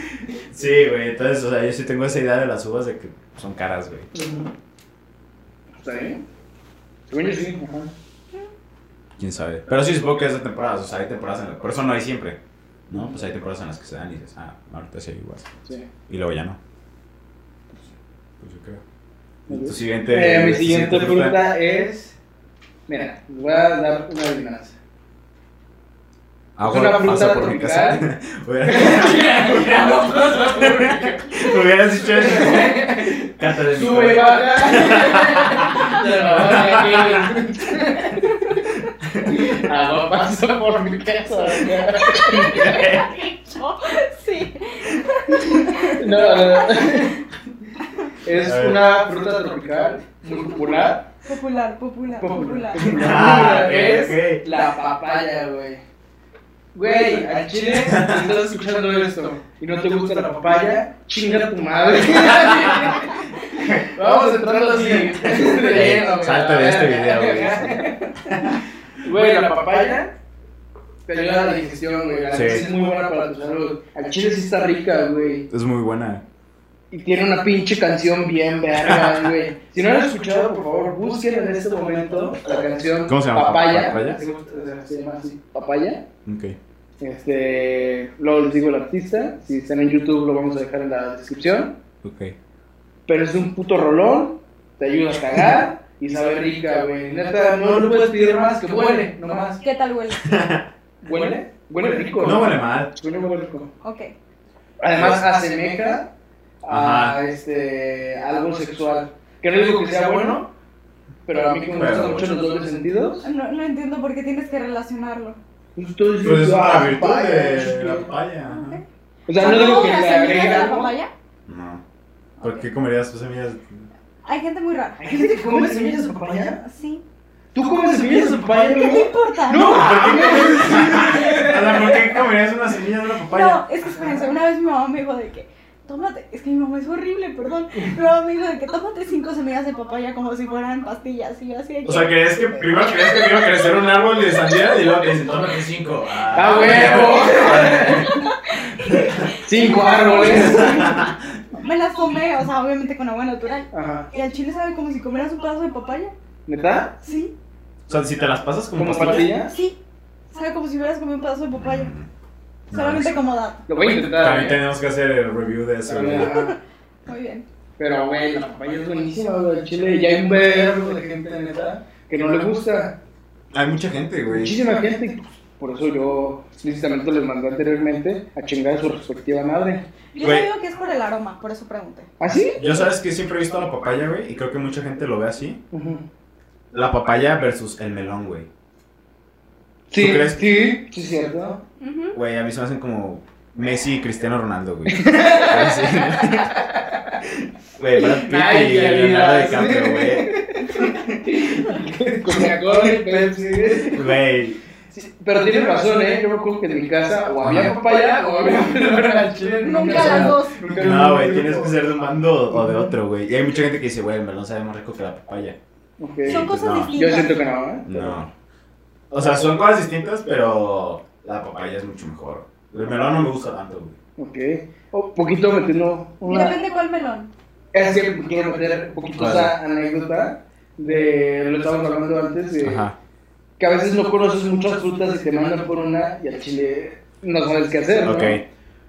[SPEAKER 2] Sí, güey, entonces, o sea, yo sí tengo esa idea de las uvas de que son caras, güey.
[SPEAKER 1] ¿Está bien? Según yo sí. Ajá.
[SPEAKER 2] Quién sabe. Pero sí supongo que es de temporadas, o sea, hay temporadas en las. Por eso no hay siempre, ¿no? Pues hay temporadas en las que se dan y dices, ah, ahorita sí hay uvas.
[SPEAKER 1] Sí.
[SPEAKER 2] Y luego ya no. Pues yo creo.
[SPEAKER 1] Ok.
[SPEAKER 2] Tu siguiente.
[SPEAKER 1] Eh, mi
[SPEAKER 2] tu
[SPEAKER 1] siguiente fruta es. Mira, les voy a dar una adivinanza.
[SPEAKER 2] Ajo
[SPEAKER 1] Es una fruta
[SPEAKER 2] Ah, pasa por mi casa. Hubieras hubieras dicho eso. Cata de mi
[SPEAKER 4] Sube y
[SPEAKER 2] cabeza.
[SPEAKER 4] baja. Te la baja aquí. Agua Ah, pasa por mi casa.
[SPEAKER 3] Sí.
[SPEAKER 1] No, no, no. Es
[SPEAKER 2] A ver.
[SPEAKER 1] una fruta tropical muy popular.
[SPEAKER 3] Popular, popular,
[SPEAKER 1] Popular.
[SPEAKER 3] popular.
[SPEAKER 2] Ah, ok,
[SPEAKER 4] Es
[SPEAKER 2] ok.
[SPEAKER 4] la papaya, güey. Güey, al chile, si estás escuchando esto
[SPEAKER 1] Y no te gusta la papaya, chinga tu madre.
[SPEAKER 4] Vamos a entrarlo así. de lleno, güey.
[SPEAKER 2] Salte de este video, güey.
[SPEAKER 4] Güey, la papaya te ayuda a la digestión, güey. La
[SPEAKER 2] Sí.
[SPEAKER 4] neta sí es muy buena para tu salud. Al chile sí está rica, güey.
[SPEAKER 2] Es muy buena.
[SPEAKER 1] Y tiene una pinche canción bien verga, güey. Si no la han escuchado, por favor, busquen en este momento la canción
[SPEAKER 2] ¿Cómo se llama?
[SPEAKER 1] Papaya.
[SPEAKER 2] ¿Papaya?
[SPEAKER 1] Se llama así, Papaya.
[SPEAKER 2] Ok.
[SPEAKER 1] Este, luego les digo el artista. Si están en YouTube, lo vamos a dejar en la descripción.
[SPEAKER 2] Ok.
[SPEAKER 1] Pero es un puto rolón, te ayuda a cagar y sabe rica, güey. Neta, no le puedes pedir más que huele, nomás.
[SPEAKER 3] ¿Qué tal huele?
[SPEAKER 1] ¿Huele? Huele rico.
[SPEAKER 2] No huele mal.
[SPEAKER 1] Huele muy rico.
[SPEAKER 3] Ok.
[SPEAKER 1] Además, asemeja a
[SPEAKER 2] Ajá.
[SPEAKER 1] este, algo sexual. Que no digo que sea bueno, pero a mí que me
[SPEAKER 2] Pero-
[SPEAKER 1] gustan mucho los dobles sentidos.
[SPEAKER 3] No, no entiendo por qué tienes que relacionarlo.
[SPEAKER 1] Entonces,
[SPEAKER 2] Pues es
[SPEAKER 1] ah,
[SPEAKER 2] una virtud de
[SPEAKER 1] papaya,
[SPEAKER 2] la
[SPEAKER 1] sí.
[SPEAKER 2] papaya.
[SPEAKER 3] Ok.
[SPEAKER 1] O sea, no digo que le
[SPEAKER 3] ¿Las semillas de
[SPEAKER 1] agregue
[SPEAKER 3] la
[SPEAKER 1] algo.
[SPEAKER 3] papaya?
[SPEAKER 2] No. ¿Por qué comerías tus semillas?
[SPEAKER 3] Hay gente muy rara.
[SPEAKER 1] ¿Hay gente que come semillas de papaya?
[SPEAKER 3] Sí.
[SPEAKER 1] ¿Tú comes semillas de papaya,
[SPEAKER 3] ¿Qué te
[SPEAKER 1] güey?
[SPEAKER 3] importa?
[SPEAKER 1] ¡No!
[SPEAKER 2] O sea, ¿por qué comerías una semilla de la
[SPEAKER 3] No,
[SPEAKER 2] papaya?
[SPEAKER 3] es que espérense, una vez mi mamá me dijo de que, tómate, es que mi mamá es horrible, perdón. Mi mamá me dijo de que tómate cinco semillas de papaya como si fueran pastillas. Y yo así de que.
[SPEAKER 2] O sea, crees que primero crees que iba a crecer un árbol de sandía y luego te dicen, tómate cinco.
[SPEAKER 1] ¡Ah, huevo! Cinco árboles.
[SPEAKER 3] Me las tomé, o sea, obviamente con agua natural.
[SPEAKER 1] Ajá.
[SPEAKER 3] Y al chile sabe como si comieras un pedazo de papaya.
[SPEAKER 1] ¿Neta?
[SPEAKER 3] Sí,
[SPEAKER 2] O sea, si te las pasas como
[SPEAKER 1] ¿Como
[SPEAKER 2] pastillas.
[SPEAKER 1] pastillas?
[SPEAKER 3] sí. Sabe como si hubieras comido un pedazo de papaya.
[SPEAKER 2] Mm. No,
[SPEAKER 3] Solamente como dato.
[SPEAKER 1] Lo voy a
[SPEAKER 2] También
[SPEAKER 1] intentar. ¿eh?
[SPEAKER 2] tenemos que hacer el review de eso. güey.
[SPEAKER 1] Ajá.
[SPEAKER 3] Muy bien.
[SPEAKER 1] Pero, güey, la papaya es buenísima, güey, al chile. Y hay un verbo de gente, neta, que no le gusta.
[SPEAKER 2] Hay mucha gente, güey.
[SPEAKER 1] Muchísima gente. y, pues, Por eso yo explícitamente les mandé anteriormente a chingar a su respectiva madre.
[SPEAKER 3] Yo
[SPEAKER 2] Güey.
[SPEAKER 3] digo que es por el aroma, por eso pregunté.
[SPEAKER 1] ¿Ah, sí?
[SPEAKER 2] Yo sabes que siempre he visto la papaya, güey, y creo que mucha gente lo ve así.
[SPEAKER 1] Ujú.
[SPEAKER 2] La papaya versus el melón, güey.
[SPEAKER 1] Sí,
[SPEAKER 2] ¿Tú crees?
[SPEAKER 1] sí, sí, cierto.
[SPEAKER 2] Güey, a mí se me hacen como Messi y Cristiano Ronaldo, güey. Así, Güey, Brad Pitt
[SPEAKER 4] Ay,
[SPEAKER 2] y
[SPEAKER 4] qué
[SPEAKER 2] Leonardo
[SPEAKER 4] vidas.
[SPEAKER 2] DiCaprio, güey.
[SPEAKER 1] Coca-Cola y Pepsi.
[SPEAKER 2] Güey,
[SPEAKER 1] Sí, pero tienes razón, ¿eh? Yo me acuerdo que en mi casa o había papaya o había melón al chile.
[SPEAKER 3] Nunca las dos.
[SPEAKER 1] Nunca
[SPEAKER 2] no,
[SPEAKER 1] lo
[SPEAKER 2] güey,
[SPEAKER 1] vi.
[SPEAKER 2] tienes que ser de un bando o de otro, güey. Y hay mucha gente que dice, güey, el melón sabe más rico que la papaya.
[SPEAKER 1] Ok.
[SPEAKER 3] Son
[SPEAKER 2] pues
[SPEAKER 3] cosas
[SPEAKER 2] no.
[SPEAKER 1] Yo
[SPEAKER 3] distintas.
[SPEAKER 1] siento que no, ¿eh?
[SPEAKER 2] No. O sea, son cosas distintas, pero la papaya es mucho mejor. El melón no me gusta tanto, güey.
[SPEAKER 1] Ok. Un poquito metiendo
[SPEAKER 3] Y
[SPEAKER 1] una...
[SPEAKER 3] depende cuál melón.
[SPEAKER 1] Es que quiero meter un poquito esa anécdota de lo que estábamos hablando antes, de que a veces no conoces muchas frutas y te mandan por una y al chile no sabes qué hacer, ¿no?
[SPEAKER 2] Ok.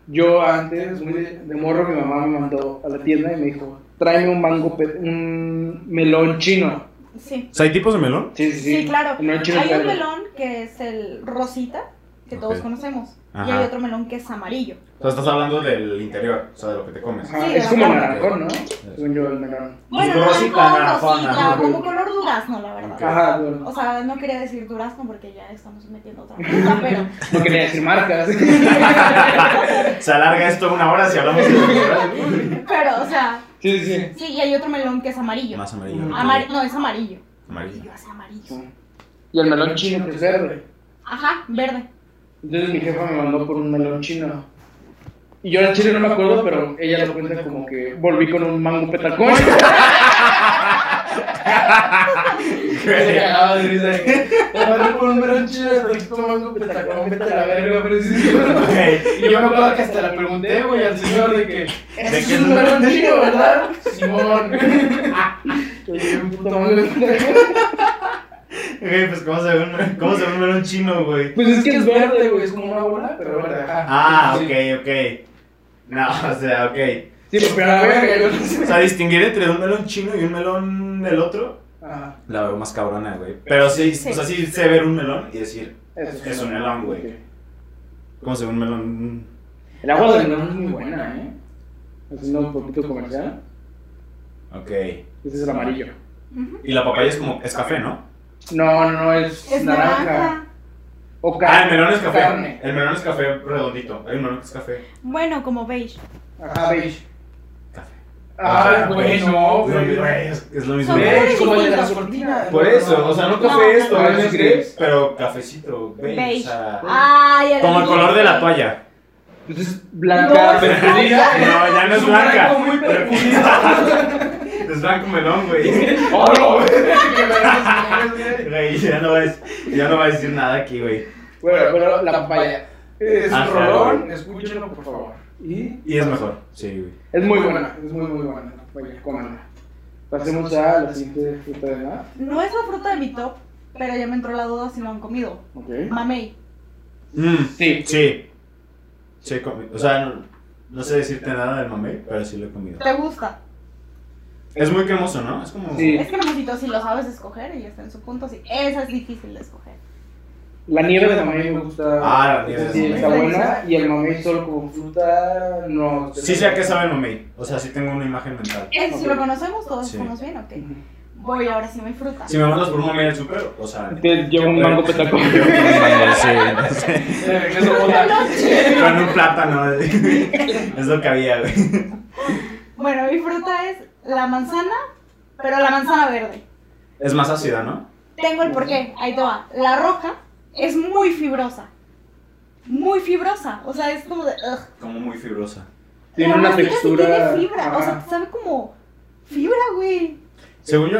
[SPEAKER 1] Yo antes, muy de, de morro, mi mamá me mandó a la tienda y me dijo, tráeme un mango, pe- un melón chino.
[SPEAKER 3] Sí.
[SPEAKER 2] O sea, ¿hay tipos de melón?
[SPEAKER 1] Sí, sí, sí.
[SPEAKER 3] Sí, claro.
[SPEAKER 1] El melón chino
[SPEAKER 3] Hay un
[SPEAKER 1] claro.
[SPEAKER 3] melón que es el rosita, que todos
[SPEAKER 2] Ok.
[SPEAKER 3] conocemos. Y
[SPEAKER 2] Ajá.
[SPEAKER 3] hay otro melón que es amarillo.
[SPEAKER 2] O sea, estás hablando del interior, o sea, de lo que te comes.
[SPEAKER 1] Ajá,
[SPEAKER 3] Sí,
[SPEAKER 1] es
[SPEAKER 3] la
[SPEAKER 1] como
[SPEAKER 3] carne.
[SPEAKER 1] naranjón, ¿no? Según yo, el melón.
[SPEAKER 3] Bueno,
[SPEAKER 2] Rosita,
[SPEAKER 3] naranjón,
[SPEAKER 2] naranjón,
[SPEAKER 3] rosita,
[SPEAKER 1] naranjón.
[SPEAKER 3] como color durazno, la verdad.
[SPEAKER 1] Ajá, bueno.
[SPEAKER 3] O sea, no quería decir durazno porque ya estamos metiendo otra cosa, pero...
[SPEAKER 1] No quería decir marcas.
[SPEAKER 2] Se alarga esto una hora si hablamos de melón.
[SPEAKER 3] Pero, o sea,
[SPEAKER 1] Sí, sí.
[SPEAKER 3] sí, y hay otro melón que es amarillo.
[SPEAKER 2] Más amarillo. ¿no?
[SPEAKER 3] Amar- no, es amarillo. Y
[SPEAKER 2] Amarillo.
[SPEAKER 3] yo hace amarillo.
[SPEAKER 1] Y el melón chino que es verde.
[SPEAKER 3] Ajá, verde.
[SPEAKER 1] Entonces mi jefa me mandó por un melón chino. Y yo en Chile no me acuerdo, pero ella lo cuenta como que volví con un mango petacón. Se cagaba de risa de que, "Te mandé por un melón chino, te quito un mango petacón, vete a la verga, preciso. Y yo me acuerdo que hasta le pregunté, güey, al señor de que. "Ese
[SPEAKER 2] que
[SPEAKER 1] es un
[SPEAKER 2] no-
[SPEAKER 1] melón chino, ¿verdad? Pues Simón. Le llevé un puto mango petacón.
[SPEAKER 2] Güey, pues ¿cómo se, ve un, ¿cómo se ve un melón chino, güey?
[SPEAKER 1] Pues es que es verde, güey, es como una bola, pero verde. ajá.
[SPEAKER 2] Ah,
[SPEAKER 1] Sí.
[SPEAKER 2] ok, ok. No, o sea, ok.
[SPEAKER 1] Sí, pero pero a la verga, yo no sé.
[SPEAKER 2] O sea, distinguir entre un melón chino y un melón del otro,
[SPEAKER 1] Ajá,
[SPEAKER 2] la veo más cabrona, güey. Pero sí,
[SPEAKER 3] Sí.
[SPEAKER 2] o sea, sí sé ver un melón y decir,
[SPEAKER 1] eso
[SPEAKER 2] Es un melón, güey.
[SPEAKER 1] Ok.
[SPEAKER 2] ¿cómo se ve un melón?
[SPEAKER 1] El agua del melón es muy buena, ¿eh? Ah, Haciendo un poquito comercial.
[SPEAKER 2] Ok.
[SPEAKER 1] Ese es el amarillo.
[SPEAKER 3] Ujú.
[SPEAKER 2] Y la papaya es como, es café, ¿no?
[SPEAKER 1] No, no, no, es,
[SPEAKER 3] Es
[SPEAKER 1] naranja.
[SPEAKER 3] naranja.
[SPEAKER 1] O
[SPEAKER 2] Ah,
[SPEAKER 1] carne.
[SPEAKER 2] el melón es
[SPEAKER 1] o
[SPEAKER 2] café.
[SPEAKER 1] Carne.
[SPEAKER 2] El melón es café redondito. Hay un melón que es café.
[SPEAKER 3] Bueno, como beige.
[SPEAKER 1] Ajá, beige.
[SPEAKER 2] Café.
[SPEAKER 1] Ah,
[SPEAKER 2] O sea,
[SPEAKER 1] güey, no, güey.
[SPEAKER 2] güey, Es es lo mismo.
[SPEAKER 3] Son
[SPEAKER 1] Beige,
[SPEAKER 3] muy
[SPEAKER 1] como el de la
[SPEAKER 3] distintos.
[SPEAKER 1] sortina.
[SPEAKER 2] Por eso, o sea, no café
[SPEAKER 3] No,
[SPEAKER 2] esto,
[SPEAKER 1] no, no,
[SPEAKER 2] es
[SPEAKER 1] sí.
[SPEAKER 2] gris, pero cafecito, beige.
[SPEAKER 3] Beige. Ah,
[SPEAKER 2] o sea,
[SPEAKER 3] Ay,
[SPEAKER 2] como el color de la toalla.
[SPEAKER 1] Pues es blanca.
[SPEAKER 3] No,
[SPEAKER 1] pero
[SPEAKER 3] es blanca.
[SPEAKER 2] No, ya no es blanca.
[SPEAKER 1] muy
[SPEAKER 2] pero-
[SPEAKER 1] perfumido.
[SPEAKER 2] Es blanco melón, güey.
[SPEAKER 1] ¡Oh, no, güey! Qué vergas, güey.
[SPEAKER 2] Güey, ya no va a decir, ya no va a decir nada aquí, güey.
[SPEAKER 1] Bueno, pero la papaya. Es un
[SPEAKER 2] Ajá,
[SPEAKER 1] rolón,
[SPEAKER 2] Ah, güey.
[SPEAKER 1] escúchenlo, por favor. Y
[SPEAKER 2] Y es mejor. Sí, güey.
[SPEAKER 1] Es muy buena, es muy muy buena. Vaya, cómanla. Pasemos a la siguiente fruta de nada.
[SPEAKER 3] No es la fruta de mi top, pero ya me entró la duda si lo han comido.
[SPEAKER 1] Ok.
[SPEAKER 3] Mamey.
[SPEAKER 2] Mm,
[SPEAKER 1] Sí.
[SPEAKER 2] sí. Sí, he comido. O sea, no, no sé decirte nada del mamey, pero sí lo he comido.
[SPEAKER 3] ¿Te gusta?
[SPEAKER 2] Es muy cremoso, ¿no? Es como.
[SPEAKER 1] Sí.
[SPEAKER 3] Es que necesito si lo sabes escoger y está en su punto. Sí, esa es difícil de escoger.
[SPEAKER 1] La nieve de mamey me gusta.
[SPEAKER 2] Ah, la nieve de
[SPEAKER 1] Sí,
[SPEAKER 2] mamey.
[SPEAKER 1] está buena. Y el mamey solo con fruta, no.
[SPEAKER 2] Sí sé a qué sabe el mamey. O sea, sí tengo una imagen mental.
[SPEAKER 3] Eso, si
[SPEAKER 1] Ok.
[SPEAKER 3] lo conocemos, todos
[SPEAKER 2] Sí.
[SPEAKER 3] conocemos bien, ok. Voy ahora sí mi fruta.
[SPEAKER 2] Si me mandas por un mamey al súper, o sea.
[SPEAKER 1] Te llevo un mango petacón.
[SPEAKER 2] Yo con un mango, sí, no sé. Con un plátano. Es lo que había, güey.
[SPEAKER 3] Bueno, mi fruta es la manzana, pero la manzana verde.
[SPEAKER 2] Es más ácida, ¿no?
[SPEAKER 3] Tengo el porqué, ahí te va. La roja es muy fibrosa. Muy fibrosa. O sea, es como de. ugh.
[SPEAKER 2] Como muy fibrosa.
[SPEAKER 1] Tiene
[SPEAKER 3] La
[SPEAKER 1] una
[SPEAKER 3] masticas y
[SPEAKER 1] textura.
[SPEAKER 3] Tiene fibra. O sea,
[SPEAKER 1] ajá.
[SPEAKER 3] sabe como. Fibra, güey.
[SPEAKER 2] Según yo,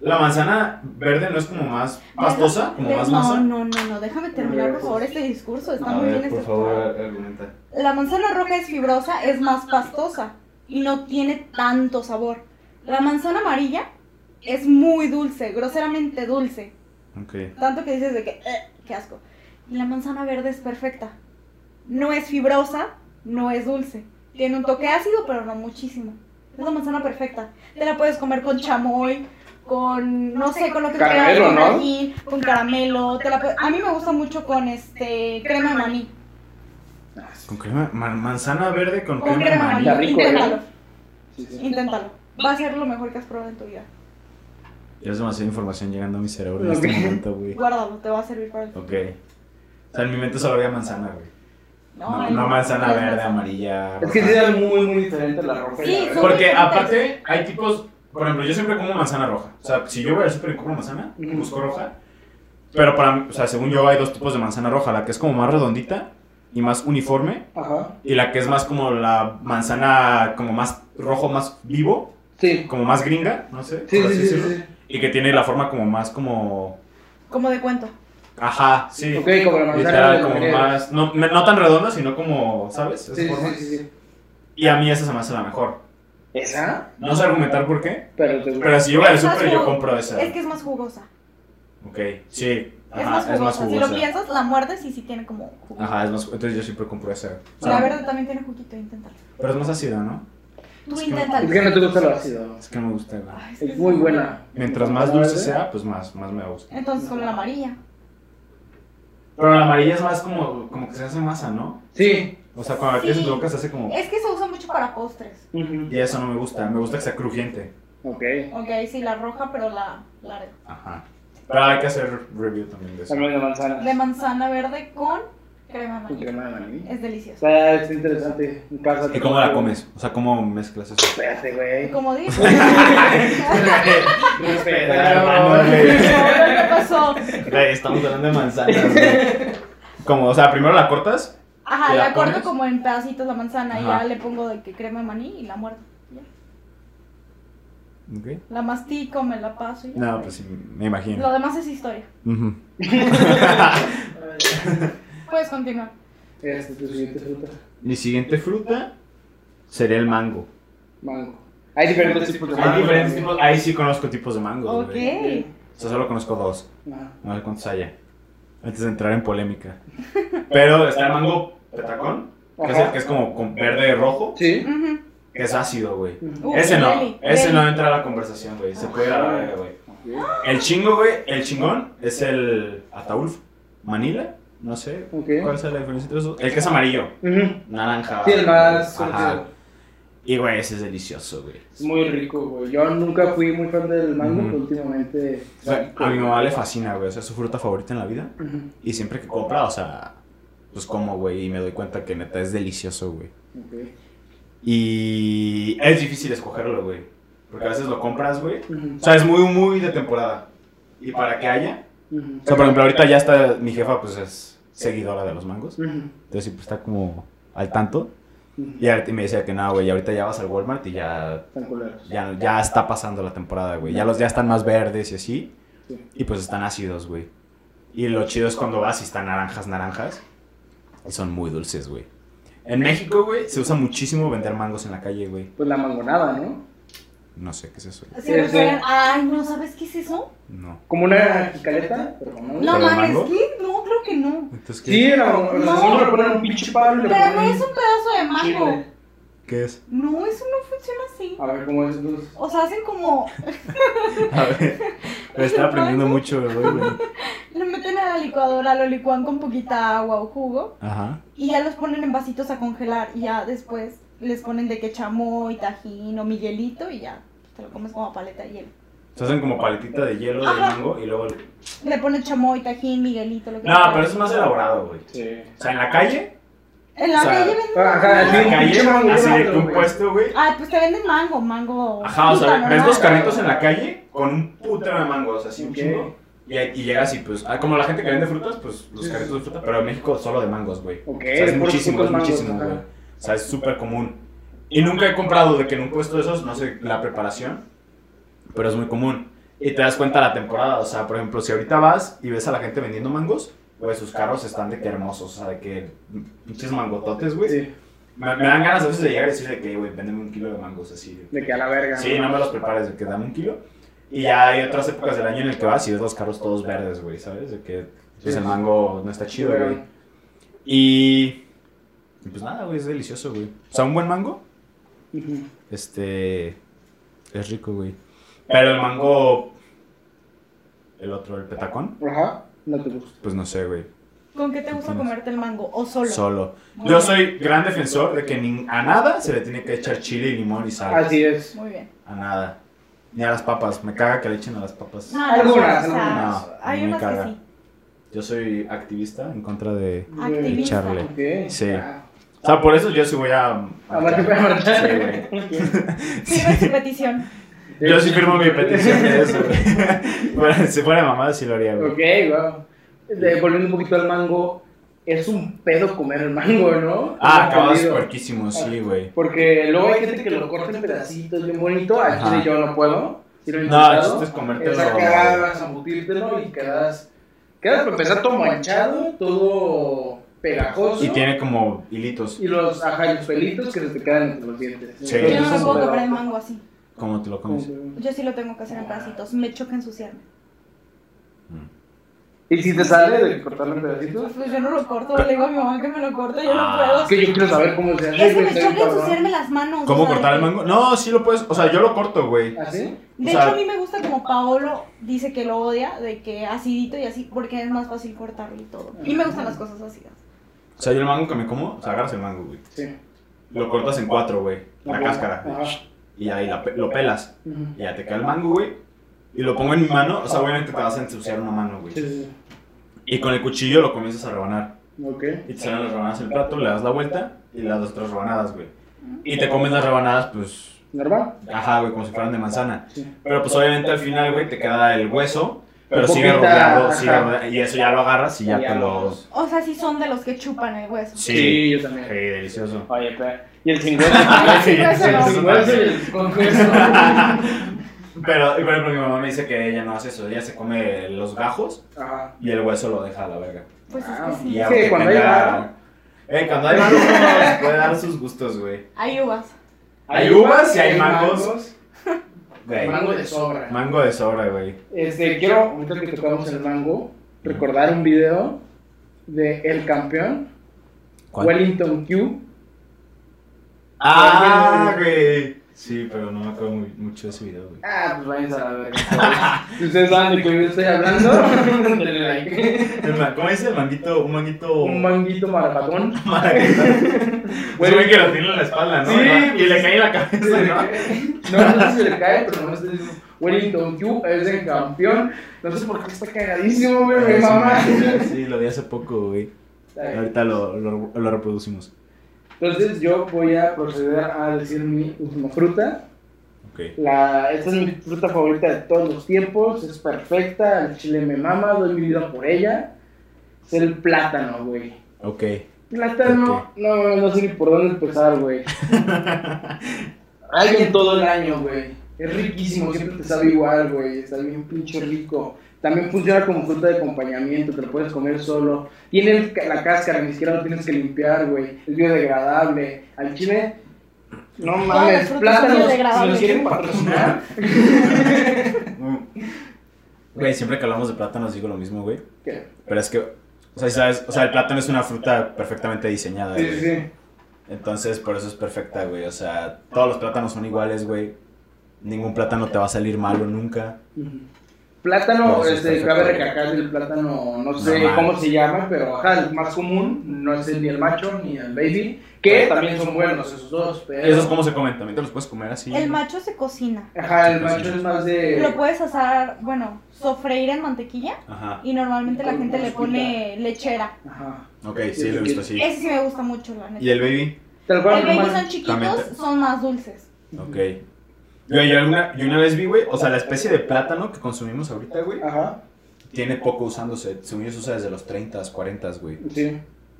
[SPEAKER 2] la manzana verde no es como más pastosa, como
[SPEAKER 3] De-
[SPEAKER 2] más
[SPEAKER 3] no,
[SPEAKER 2] masa.
[SPEAKER 3] no, no, no. Déjame terminar, por favor, este discurso. Está
[SPEAKER 2] A
[SPEAKER 3] muy
[SPEAKER 2] ver,
[SPEAKER 3] bien este
[SPEAKER 2] por
[SPEAKER 3] estructurado.
[SPEAKER 2] favor, argumenta.
[SPEAKER 3] La manzana roja es fibrosa, es más pastosa y no tiene tanto sabor. La manzana amarilla es muy dulce, groseramente dulce.
[SPEAKER 2] Ok.
[SPEAKER 3] Tanto que dices de que, "Eh, qué asco. Y la manzana verde es perfecta. No es fibrosa, no es dulce. Tiene un toque ácido, pero no muchísimo. Es la manzana perfecta. Te la puedes comer con chamoy, con, no sé, con lo que
[SPEAKER 1] Caramelo,
[SPEAKER 3] quieras, con
[SPEAKER 1] ¿no?
[SPEAKER 3] ají, con caramelo. Te la pue- a mí me gusta mucho con este crema de maní.
[SPEAKER 2] Con crema, man- manzana verde con,
[SPEAKER 3] Con
[SPEAKER 2] crema de
[SPEAKER 3] crema de
[SPEAKER 2] maní.
[SPEAKER 3] maní.
[SPEAKER 1] Está rico, ¿eh?
[SPEAKER 3] inténtalo,
[SPEAKER 1] Sí, sí.
[SPEAKER 3] inténtalo. Va a ser lo mejor que has probado en tu vida.
[SPEAKER 2] Ya es demasiada información llegando a mi cerebro en
[SPEAKER 1] Ok.
[SPEAKER 2] este momento, güey.
[SPEAKER 3] Guárdalo, te va a servir para el
[SPEAKER 2] Ok. O sea, en mi mente solo había manzana, güey. No,
[SPEAKER 3] ay,
[SPEAKER 2] no manzana
[SPEAKER 3] no es
[SPEAKER 2] verde,
[SPEAKER 3] manzana.
[SPEAKER 2] amarilla.
[SPEAKER 1] Es que sí
[SPEAKER 2] roja.
[SPEAKER 1] era muy, muy diferente la roja. y la
[SPEAKER 3] Sí,
[SPEAKER 1] verde.
[SPEAKER 3] son-
[SPEAKER 2] Porque
[SPEAKER 3] diferentes.
[SPEAKER 2] aparte hay tipos, por ejemplo, yo siempre como manzana roja. O sea, si yo voy al súper y compro manzana,
[SPEAKER 1] Ujú.
[SPEAKER 2] busco roja. Pero para, mí- o sea, según yo hay dos tipos de manzana roja, la que es como más redondita y más uniforme
[SPEAKER 1] Ajá.
[SPEAKER 2] y la que es más como la manzana como más rojo, más vivo,
[SPEAKER 1] Sí.
[SPEAKER 2] como más gringa, no sé,
[SPEAKER 1] Sí,
[SPEAKER 2] por así
[SPEAKER 1] sí, sí,
[SPEAKER 2] decirlo,
[SPEAKER 1] sí.
[SPEAKER 2] y que tiene la forma como más como
[SPEAKER 3] Como de cuento.
[SPEAKER 2] ajá, sí.
[SPEAKER 1] Ok, como la manzana.
[SPEAKER 2] Literal,
[SPEAKER 1] de
[SPEAKER 2] como más, no, me- no tan redonda, sino como, ¿sabes? Esa
[SPEAKER 1] Sí,
[SPEAKER 2] forma.
[SPEAKER 1] sí, sí, sí.
[SPEAKER 2] Y a mí esa se me hace la mejor.
[SPEAKER 1] ¿Esa?
[SPEAKER 2] No sé argumentar por qué,
[SPEAKER 1] Pero te
[SPEAKER 2] pero si yo voy al
[SPEAKER 3] Esas
[SPEAKER 2] súper yo
[SPEAKER 3] son-
[SPEAKER 2] compro esa.
[SPEAKER 3] Es que es más jugosa.
[SPEAKER 2] Ok, sí.
[SPEAKER 3] es
[SPEAKER 2] Ajá,
[SPEAKER 3] más jugosa.
[SPEAKER 2] es más jugosa. Ah,
[SPEAKER 3] Si lo piensas, la muerdes y sí tiene como jugo.
[SPEAKER 2] Ajá, es más Entonces yo siempre compro esa.
[SPEAKER 3] La verde también tiene juguito, inténtalo.
[SPEAKER 2] Pero es más ácida, ¿no?
[SPEAKER 3] Tú
[SPEAKER 2] Es que-
[SPEAKER 3] inténtalo.
[SPEAKER 1] Es que no te gusta lo ácido.
[SPEAKER 2] Es que no me gusta. güey.
[SPEAKER 3] Ay, es que
[SPEAKER 1] Es muy buena.
[SPEAKER 2] Mientras más dulce sea, pues más, más me gusta.
[SPEAKER 3] Entonces con la amarilla.
[SPEAKER 2] Pero la amarilla es más como, como que se hace masa, ¿no?
[SPEAKER 1] Sí.
[SPEAKER 2] O sea, cuando la tienes en tu
[SPEAKER 3] Sí.
[SPEAKER 2] boca se hace como...
[SPEAKER 3] Es que se usa mucho para postres.
[SPEAKER 2] Y eso no me gusta. Me gusta que sea crujiente.
[SPEAKER 1] Ok.
[SPEAKER 3] Ok, sí, la roja, pero la, la
[SPEAKER 2] Ajá. Pero hay que hacer review también de eso.
[SPEAKER 1] También de manzana.
[SPEAKER 3] de manzana verde con
[SPEAKER 1] Con
[SPEAKER 3] crema amarilla.
[SPEAKER 1] crema de maní.
[SPEAKER 3] Es delicioso.
[SPEAKER 1] Está, está interesante. En casa.
[SPEAKER 2] ¿Y cómo la comes? O sea, ¿cómo mezclas eso?
[SPEAKER 1] Espérate, güey.
[SPEAKER 3] Como dices.
[SPEAKER 1] Respeta,
[SPEAKER 3] ¿Qué pasó?
[SPEAKER 2] Güey, Estamos hablando de manzanas. güey. Como, o sea, primero la cortas.
[SPEAKER 3] Ajá,
[SPEAKER 2] ¿Te la
[SPEAKER 3] la corto
[SPEAKER 2] pones?
[SPEAKER 3] como en pedacitos la manzana y
[SPEAKER 2] Ajá.
[SPEAKER 3] ya le pongo de que crema de maní y la muerdo.
[SPEAKER 2] Ok.
[SPEAKER 3] La mastico, me la paso y ya.
[SPEAKER 2] No, pues sí, me
[SPEAKER 3] Lo
[SPEAKER 2] imagino.
[SPEAKER 3] demás es historia.
[SPEAKER 2] Ujú.
[SPEAKER 3] Puedes continuar.
[SPEAKER 1] Esta es tu siguiente fruta.
[SPEAKER 2] Mi siguiente fruta sería el mango.
[SPEAKER 1] Mango. Hay diferentes tipos de mango.
[SPEAKER 2] Hay diferentes tipos. Ahí sí conozco tipos de mangos.
[SPEAKER 3] Ok.
[SPEAKER 2] güey. O sea, solo conozco dos.
[SPEAKER 1] Ajá.
[SPEAKER 2] No sé cuántos haya. Antes de entrar en polémica. Pero está el mango petacón, que es, el que es como con verde rojo,
[SPEAKER 1] Sí.
[SPEAKER 3] Ujú.
[SPEAKER 2] que es ácido, güey.
[SPEAKER 3] Uh,
[SPEAKER 2] Ese no,
[SPEAKER 3] deli,
[SPEAKER 2] ese
[SPEAKER 3] deli.
[SPEAKER 2] no entra a la conversación, güey. Se puede ir a la verga, güey. El chingo, güey, el chingón es el ataúd. Manila, no sé.
[SPEAKER 1] Ok.
[SPEAKER 2] ¿Cuál es la diferencia entre esos? El que es amarillo,
[SPEAKER 1] Ujú.
[SPEAKER 2] naranja.
[SPEAKER 1] Sí, el más
[SPEAKER 2] Ajá.
[SPEAKER 1] surtido.
[SPEAKER 2] Y, güey, ese es delicioso, güey.
[SPEAKER 1] Es muy rico, güey. Yo nunca fui muy fan del mango,
[SPEAKER 2] Ujú.
[SPEAKER 1] pero últimamente.
[SPEAKER 2] O sea, a mi mamá le fascina, güey. O sea, es su fruta favorita en la vida.
[SPEAKER 1] Ujú.
[SPEAKER 2] Y siempre que compra, o sea, pues como, güey. Y me doy cuenta que neta es delicioso, güey.
[SPEAKER 1] Ok.
[SPEAKER 2] Y es difícil escogerlo, güey. Porque a veces lo compras, güey.
[SPEAKER 1] Ujú.
[SPEAKER 2] O sea, es muy, muy de temporada. Y para que haya.
[SPEAKER 1] Ujú.
[SPEAKER 2] O sea, por ejemplo, ahorita ya está mi jefa, pues es seguidora de los mangos.
[SPEAKER 1] Ujú.
[SPEAKER 2] Entonces siempre está como al tanto.
[SPEAKER 1] Ujú.
[SPEAKER 2] Y ahorita- y me decía que no, güey, ahorita ya vas al Walmart y ya,
[SPEAKER 1] Están culeros.
[SPEAKER 2] ya, ya está pasando la temporada, güey. Ya los ya están más verdes y así.
[SPEAKER 1] Sí.
[SPEAKER 2] Y pues están ácidos, güey. Y lo chido es cuando vas y están naranjas, naranjas. Y son muy dulces, güey. En México, güey, se usa muchísimo vender mangos en la calle, güey.
[SPEAKER 1] Pues la mangonada, ¿no?
[SPEAKER 2] No sé qué es eso. güey.
[SPEAKER 3] Si me
[SPEAKER 1] Sí.
[SPEAKER 3] fueran- Ay, no, ¿sabes qué es eso?
[SPEAKER 2] No.
[SPEAKER 1] Como una jicaleta, pero con mango.
[SPEAKER 3] No
[SPEAKER 2] ¿Pero de
[SPEAKER 3] mames,
[SPEAKER 2] mango?
[SPEAKER 3] ¿qué? No, creo que no.
[SPEAKER 2] Entonces, ¿qué,
[SPEAKER 1] Sí, la mangonada.
[SPEAKER 3] No.
[SPEAKER 1] Según le ponen un pinche palo y le
[SPEAKER 3] Pero no
[SPEAKER 1] ponen
[SPEAKER 3] es un pedazo de mango.
[SPEAKER 1] chile.
[SPEAKER 2] qué es?
[SPEAKER 3] No, eso no funciona así.
[SPEAKER 1] A ver cómo es. pues.
[SPEAKER 3] O sea, hacen como.
[SPEAKER 2] A ver. Pero está aprendiendo mucho, güey, güey.
[SPEAKER 3] Lo meten a la licuadora, lo licúan con poquita agua o jugo.
[SPEAKER 2] Ajá.
[SPEAKER 3] Y ya los ponen en vasitos a congelar. Y ya después les ponen de que chamoy, tajín o miguelito. Y ya te lo comes como paleta de hielo.
[SPEAKER 2] Se hacen como paletita de hielo de
[SPEAKER 3] Ajá.
[SPEAKER 2] mango y luego... le-
[SPEAKER 3] Le ponen chamoy, tajín, miguelito, lo que
[SPEAKER 2] No,
[SPEAKER 3] sea.
[SPEAKER 2] pero es más elaborado, güey.
[SPEAKER 1] Sí.
[SPEAKER 2] O sea, en la calle
[SPEAKER 3] En la
[SPEAKER 2] o sea,
[SPEAKER 3] calle venden.
[SPEAKER 1] ajá,
[SPEAKER 2] En
[SPEAKER 3] mango.
[SPEAKER 2] la calle,
[SPEAKER 1] Pinche mango
[SPEAKER 2] así de
[SPEAKER 1] grande,
[SPEAKER 2] que un
[SPEAKER 1] güey.
[SPEAKER 2] puesto, güey.
[SPEAKER 3] Ah, pues te venden mango, mango.
[SPEAKER 2] Ajá, o sea,
[SPEAKER 3] fruta
[SPEAKER 2] ves
[SPEAKER 3] normal.
[SPEAKER 2] los carritos en la calle con un putero de mango, o sea, así un
[SPEAKER 1] Ok.
[SPEAKER 2] chingo. Y, y llegas y pues, ah, como la gente que vende frutas, pues los carritos de fruta, pero en México solo de mangos, güey.
[SPEAKER 1] Ok,
[SPEAKER 2] O sea, es
[SPEAKER 1] de puros
[SPEAKER 2] muchísimo,
[SPEAKER 1] putos
[SPEAKER 2] es
[SPEAKER 1] mangos,
[SPEAKER 2] muchísimo,
[SPEAKER 1] ajá.
[SPEAKER 2] güey. O sea, es súper común. Y nunca he comprado de que en un puesto de esos, no sé la preparación, pero es muy común. Y te das cuenta la temporada, o sea, por ejemplo, si ahorita vas y ves a la gente vendiendo mangos, pues sus carros están de que hermosos, o sea, de que pinches mangototes, güey.
[SPEAKER 1] Sí,
[SPEAKER 2] Me, me dan ganas a veces de llegar y decirle que, güey, véndeme un kilo de mangos así. güey.
[SPEAKER 1] de que a la verga.
[SPEAKER 2] Sí, no me los prepares, de que dame un kilo. Y ya hay otras épocas del año en el que vas y ves los carros todos verdes, güey, ¿sabes? De que pues,
[SPEAKER 1] Sí.
[SPEAKER 2] el mango no está chido,
[SPEAKER 1] Pero-
[SPEAKER 2] güey. Y. y Pues nada, güey, es delicioso, güey. O sea, un buen mango
[SPEAKER 1] Ujú.
[SPEAKER 2] Este. Es rico, güey. Pero el mango. El otro, el petacón.
[SPEAKER 1] Ajá, no te gusta.
[SPEAKER 2] Pues no sé, güey.
[SPEAKER 3] ¿Con qué te gusta comerte el mango? ¿O solo?
[SPEAKER 2] Solo. Yo soy gran defensor de que ni- a nada se le tiene que echar chile, y limón y sal.
[SPEAKER 1] Así Ah, es.
[SPEAKER 3] Muy bien.
[SPEAKER 2] A nada. Ni a las papas. Me caga que le echen a las papas.
[SPEAKER 3] Ah, No,
[SPEAKER 1] Algunas,
[SPEAKER 3] o sea,
[SPEAKER 1] algunas.
[SPEAKER 2] No,
[SPEAKER 3] hay
[SPEAKER 2] me
[SPEAKER 3] unas que
[SPEAKER 2] caga.
[SPEAKER 3] sí.
[SPEAKER 2] Yo soy activista en contra de.
[SPEAKER 3] Activista.
[SPEAKER 2] Echarle.
[SPEAKER 1] Ok.
[SPEAKER 2] Sí.
[SPEAKER 1] Ah,
[SPEAKER 2] O sea, por eso yo sí voy a.
[SPEAKER 1] A marchar, a marchar.
[SPEAKER 2] Sí, güey.
[SPEAKER 3] Firme su petición.
[SPEAKER 2] Yo sí firmo mi petición de eso, güey. Bueno, si fuera mamada, sí lo haría, güey.
[SPEAKER 1] Ok, wow. De- volviendo un poquito al mango, es un pedo comer el mango, ¿no?
[SPEAKER 2] Ah, acabadas
[SPEAKER 1] Perdido.
[SPEAKER 2] puerquísimo, sí, güey.
[SPEAKER 1] Porque luego hay gente que lo corta en pedacitos bien bonito, al
[SPEAKER 2] Ajá.
[SPEAKER 1] chile yo no puedo. Si lo he
[SPEAKER 2] No, el
[SPEAKER 1] intentado,
[SPEAKER 2] chiste es comértelo.
[SPEAKER 1] Es acá, zambutírtelo y quedas, quedas para empezar todo manchado, todo pegajoso.
[SPEAKER 2] Y tiene como hilitos,
[SPEAKER 1] y los, ajá, y los pelitos que se te quedan entre los dientes.
[SPEAKER 2] Sí.
[SPEAKER 1] Entonces,
[SPEAKER 3] Yo no
[SPEAKER 1] es
[SPEAKER 3] me
[SPEAKER 1] un
[SPEAKER 3] puedo
[SPEAKER 1] pedo.
[SPEAKER 3] comprar el mango así.
[SPEAKER 2] como te lo comes.
[SPEAKER 3] Yo sí lo tengo que hacer en pedacitos. Me choca ensuciarme.
[SPEAKER 2] Mm.
[SPEAKER 1] ¿Y si te sale de cortarlo en pedacitos?
[SPEAKER 3] Pues yo no lo corto. Le digo a mi mamá que me lo corte. Yo no
[SPEAKER 2] Ah.
[SPEAKER 3] puedo.
[SPEAKER 1] Es que yo quiero saber cómo se hace.
[SPEAKER 3] Es que
[SPEAKER 1] güey,
[SPEAKER 3] me
[SPEAKER 1] está bien
[SPEAKER 3] choca
[SPEAKER 1] cabrón.
[SPEAKER 3] ensuciarme las manos. o
[SPEAKER 2] ¿Cómo
[SPEAKER 3] sea,
[SPEAKER 2] cortar el
[SPEAKER 3] de-
[SPEAKER 2] mango? No, sí lo puedes, o sea, yo lo corto, güey.
[SPEAKER 1] ¿Así?
[SPEAKER 3] De
[SPEAKER 2] O sea-
[SPEAKER 3] hecho, a mí me gusta como Paolo dice que lo odia, de que acidito y así, porque es más fácil cortarlo y todo. Y me gustan las cosas ácidas.
[SPEAKER 2] O sea, yo el mango que me como, o sea, agarras el mango, güey.
[SPEAKER 1] Sí.
[SPEAKER 2] Lo cortas en cuatro, güey. La
[SPEAKER 1] Ajá.
[SPEAKER 2] cáscara. güey.
[SPEAKER 1] Ajá.
[SPEAKER 2] Y ahí la pe- lo pelas.
[SPEAKER 1] Ujú.
[SPEAKER 2] Y ya te queda el mango, güey. Y lo pongo en mi mano, o sea, obviamente te vas a ensuciar una mano,
[SPEAKER 1] Sí,
[SPEAKER 2] güey.
[SPEAKER 1] sí,
[SPEAKER 2] Y con el cuchillo lo comienzas a rebanar.
[SPEAKER 1] sí. Ok.
[SPEAKER 2] Y te salen las rebanadas en el plato, le das la vuelta y las dos, tres rebanadas, güey. Y te comes las rebanadas, pues,
[SPEAKER 1] ¿Normal?
[SPEAKER 2] ajá, güey, como si fueran de manzana.
[SPEAKER 1] Sí.
[SPEAKER 2] Pero pues obviamente al final, güey, te queda el hueso, pero
[SPEAKER 1] Poquita,
[SPEAKER 2] sigue rodeado,
[SPEAKER 1] ajá.
[SPEAKER 2] sigue rodeado, y eso ya lo agarras y ya
[SPEAKER 1] Ya.
[SPEAKER 2] te lo... Sí,
[SPEAKER 3] O sea, sí son de los que chupan el hueso.
[SPEAKER 1] yo también.
[SPEAKER 2] Qué delicioso.
[SPEAKER 1] Oye, pero. Y el sin hueso.
[SPEAKER 2] Sí,
[SPEAKER 3] hueso
[SPEAKER 2] sí,
[SPEAKER 3] no.
[SPEAKER 2] sí,
[SPEAKER 1] Sin hueso y
[SPEAKER 2] sí.
[SPEAKER 1] el con hueso.
[SPEAKER 2] Pero, y por ejemplo, mi mamá me dice que ella no hace eso, ella se come los gajos
[SPEAKER 1] Ajá.
[SPEAKER 2] y el hueso lo deja a la verga.
[SPEAKER 3] Pues es que
[SPEAKER 1] Ah,
[SPEAKER 3] sí.
[SPEAKER 2] Y
[SPEAKER 1] Es
[SPEAKER 2] ya,
[SPEAKER 1] que
[SPEAKER 2] aunque
[SPEAKER 1] cuando hay barro.
[SPEAKER 2] Eh, cuando hay barro, uno se puede dar sus gustos, güey.
[SPEAKER 3] Hay uvas.
[SPEAKER 2] Hay uvas y hay mangos. Güey,
[SPEAKER 1] Mango de sobra.
[SPEAKER 2] Mango de sobra, güey.
[SPEAKER 1] Este, quiero, ahorita que tocamos el mango, recordar un video de El Campeón, Wellington Q.
[SPEAKER 2] Ah, güey. Sí, pero no me acuerdo muy- mucho de ese video, güey.
[SPEAKER 1] Ah, pues váyanse a la verga. Si ustedes saben de qué video estoy hablando, denle like.
[SPEAKER 2] El man- ¿Cómo dice el manguito? Un manguito...
[SPEAKER 1] Un manguito maratón.
[SPEAKER 2] Güey, güey, que lo tiene en la espalda, ¿no?
[SPEAKER 1] Sí,
[SPEAKER 2] Y
[SPEAKER 1] pues,
[SPEAKER 2] le cae en la cabeza, ¿no?
[SPEAKER 1] No, no sé si le cae, pero no me estoy diciendo. Wellington Q es el campeón. No sé por qué está cagadísimo, güey, mi
[SPEAKER 2] Sí,
[SPEAKER 1] mamá.
[SPEAKER 2] Sí, lo vi hace poco, güey. Ahorita lo, lo, lo reproducimos.
[SPEAKER 1] Entonces yo voy a proceder a decir mi última fruta.
[SPEAKER 2] Ok.
[SPEAKER 1] La, esta es mi fruta favorita de todos los tiempos. Es perfecta. El chile me mama. Doy mi vida por ella. Es el plátano, güey.
[SPEAKER 2] Ok.
[SPEAKER 1] Plátano, no, no sé ni por dónde empezar, güey. Alguien todo el año, güey. Es riquísimo, siempre te sabe igual, güey. Está bien pinche rico. También funciona como fruta de acompañamiento, te lo puedes comer solo. Tiene el ca- la cáscara, ni siquiera lo tienes que limpiar, güey. Es biodegradable. Al chile, no mames,
[SPEAKER 3] las frutas son
[SPEAKER 1] plátanos, si nos
[SPEAKER 3] biodegradables.
[SPEAKER 1] quieren patrocinar.
[SPEAKER 2] Güey, siempre que hablamos de plátanos digo lo mismo, güey.
[SPEAKER 1] ¿Qué?
[SPEAKER 2] Pero es que, o sea, ¿sabes? O sea, el plátano es una fruta perfectamente diseñada,
[SPEAKER 1] Sí, sí,
[SPEAKER 2] güey.
[SPEAKER 1] sí.
[SPEAKER 2] Entonces, por eso es perfecta, güey. O sea, todos los plátanos son iguales, güey. Ningún plátano te va a salir malo nunca.
[SPEAKER 1] Ujú. Plátano,
[SPEAKER 2] No, sí,
[SPEAKER 1] este,
[SPEAKER 2] está
[SPEAKER 1] cabe
[SPEAKER 2] perfecto.
[SPEAKER 1] recalcar el plátano, no sé
[SPEAKER 2] Normal.
[SPEAKER 1] cómo se llama, pero ajá, el más común, no es el ni el macho ni el baby, que también son buenos esos dos, pero...
[SPEAKER 2] Pues, ¿Esos cómo se comen? También te los puedes comer así.
[SPEAKER 3] El macho se cocina.
[SPEAKER 1] Ajá, el macho es más
[SPEAKER 3] Lo
[SPEAKER 1] de...
[SPEAKER 3] puedes asar, bueno, sofreír en mantequilla
[SPEAKER 2] Ajá.
[SPEAKER 3] y normalmente la gente le pone lechera.
[SPEAKER 1] Ajá.
[SPEAKER 2] Ok, sí, lo he visto así.
[SPEAKER 3] Ese sí me gusta mucho, la
[SPEAKER 2] ¿Y
[SPEAKER 3] neta.
[SPEAKER 2] el baby?
[SPEAKER 1] Tal cual,
[SPEAKER 3] El baby
[SPEAKER 1] normal.
[SPEAKER 3] son chiquitos, son más dulces.
[SPEAKER 2] Ok. Güey, yo, alguna- yo una vez vi, güey, o sea, la especie de plátano que consumimos ahorita, güey,
[SPEAKER 1] Ajá,
[SPEAKER 2] tiene poco usándose. Según yo se usa desde los 30, 40, güey.
[SPEAKER 1] sí.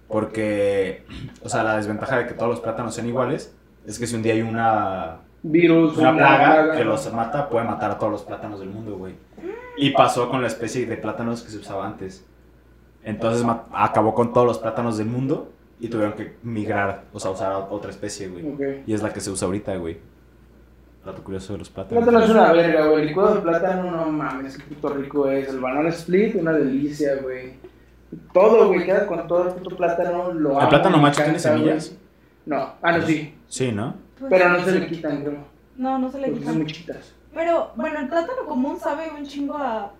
[SPEAKER 2] Porque, o sea, la desventaja de que todos los plátanos sean iguales es que si un día hay una,
[SPEAKER 1] Virus,
[SPEAKER 2] una plaga que los mata, puede matar a todos los plátanos del mundo, güey. Y pasó con la especie de plátanos que se usaba antes. Entonces ma- acabó con todos los plátanos del mundo y tuvieron que migrar, o sea, usar a otra especie, güey.
[SPEAKER 1] Ok.
[SPEAKER 2] Y es la que se usa ahorita, güey. Dato curioso de los plátanos.
[SPEAKER 1] Plátano es una verga, güey. El licuado de plátano, no mames, qué puto rico es. El banana split, una delicia, güey. Todo, güey, queda con todo el puto plátano, lo
[SPEAKER 2] ¿El
[SPEAKER 1] amo,
[SPEAKER 2] plátano
[SPEAKER 1] me
[SPEAKER 2] macho tiene
[SPEAKER 1] encanta, güey.
[SPEAKER 2] semillas?
[SPEAKER 1] No, ah, no, sí.
[SPEAKER 2] Sí, ¿no?
[SPEAKER 3] Pues,
[SPEAKER 4] Pero no se le quitan, bro.
[SPEAKER 3] No, no se le
[SPEAKER 2] pues
[SPEAKER 4] Porque
[SPEAKER 3] quita.
[SPEAKER 4] son muy chiquitas.
[SPEAKER 3] Pero, bueno, el plátano común sabe un chingo a.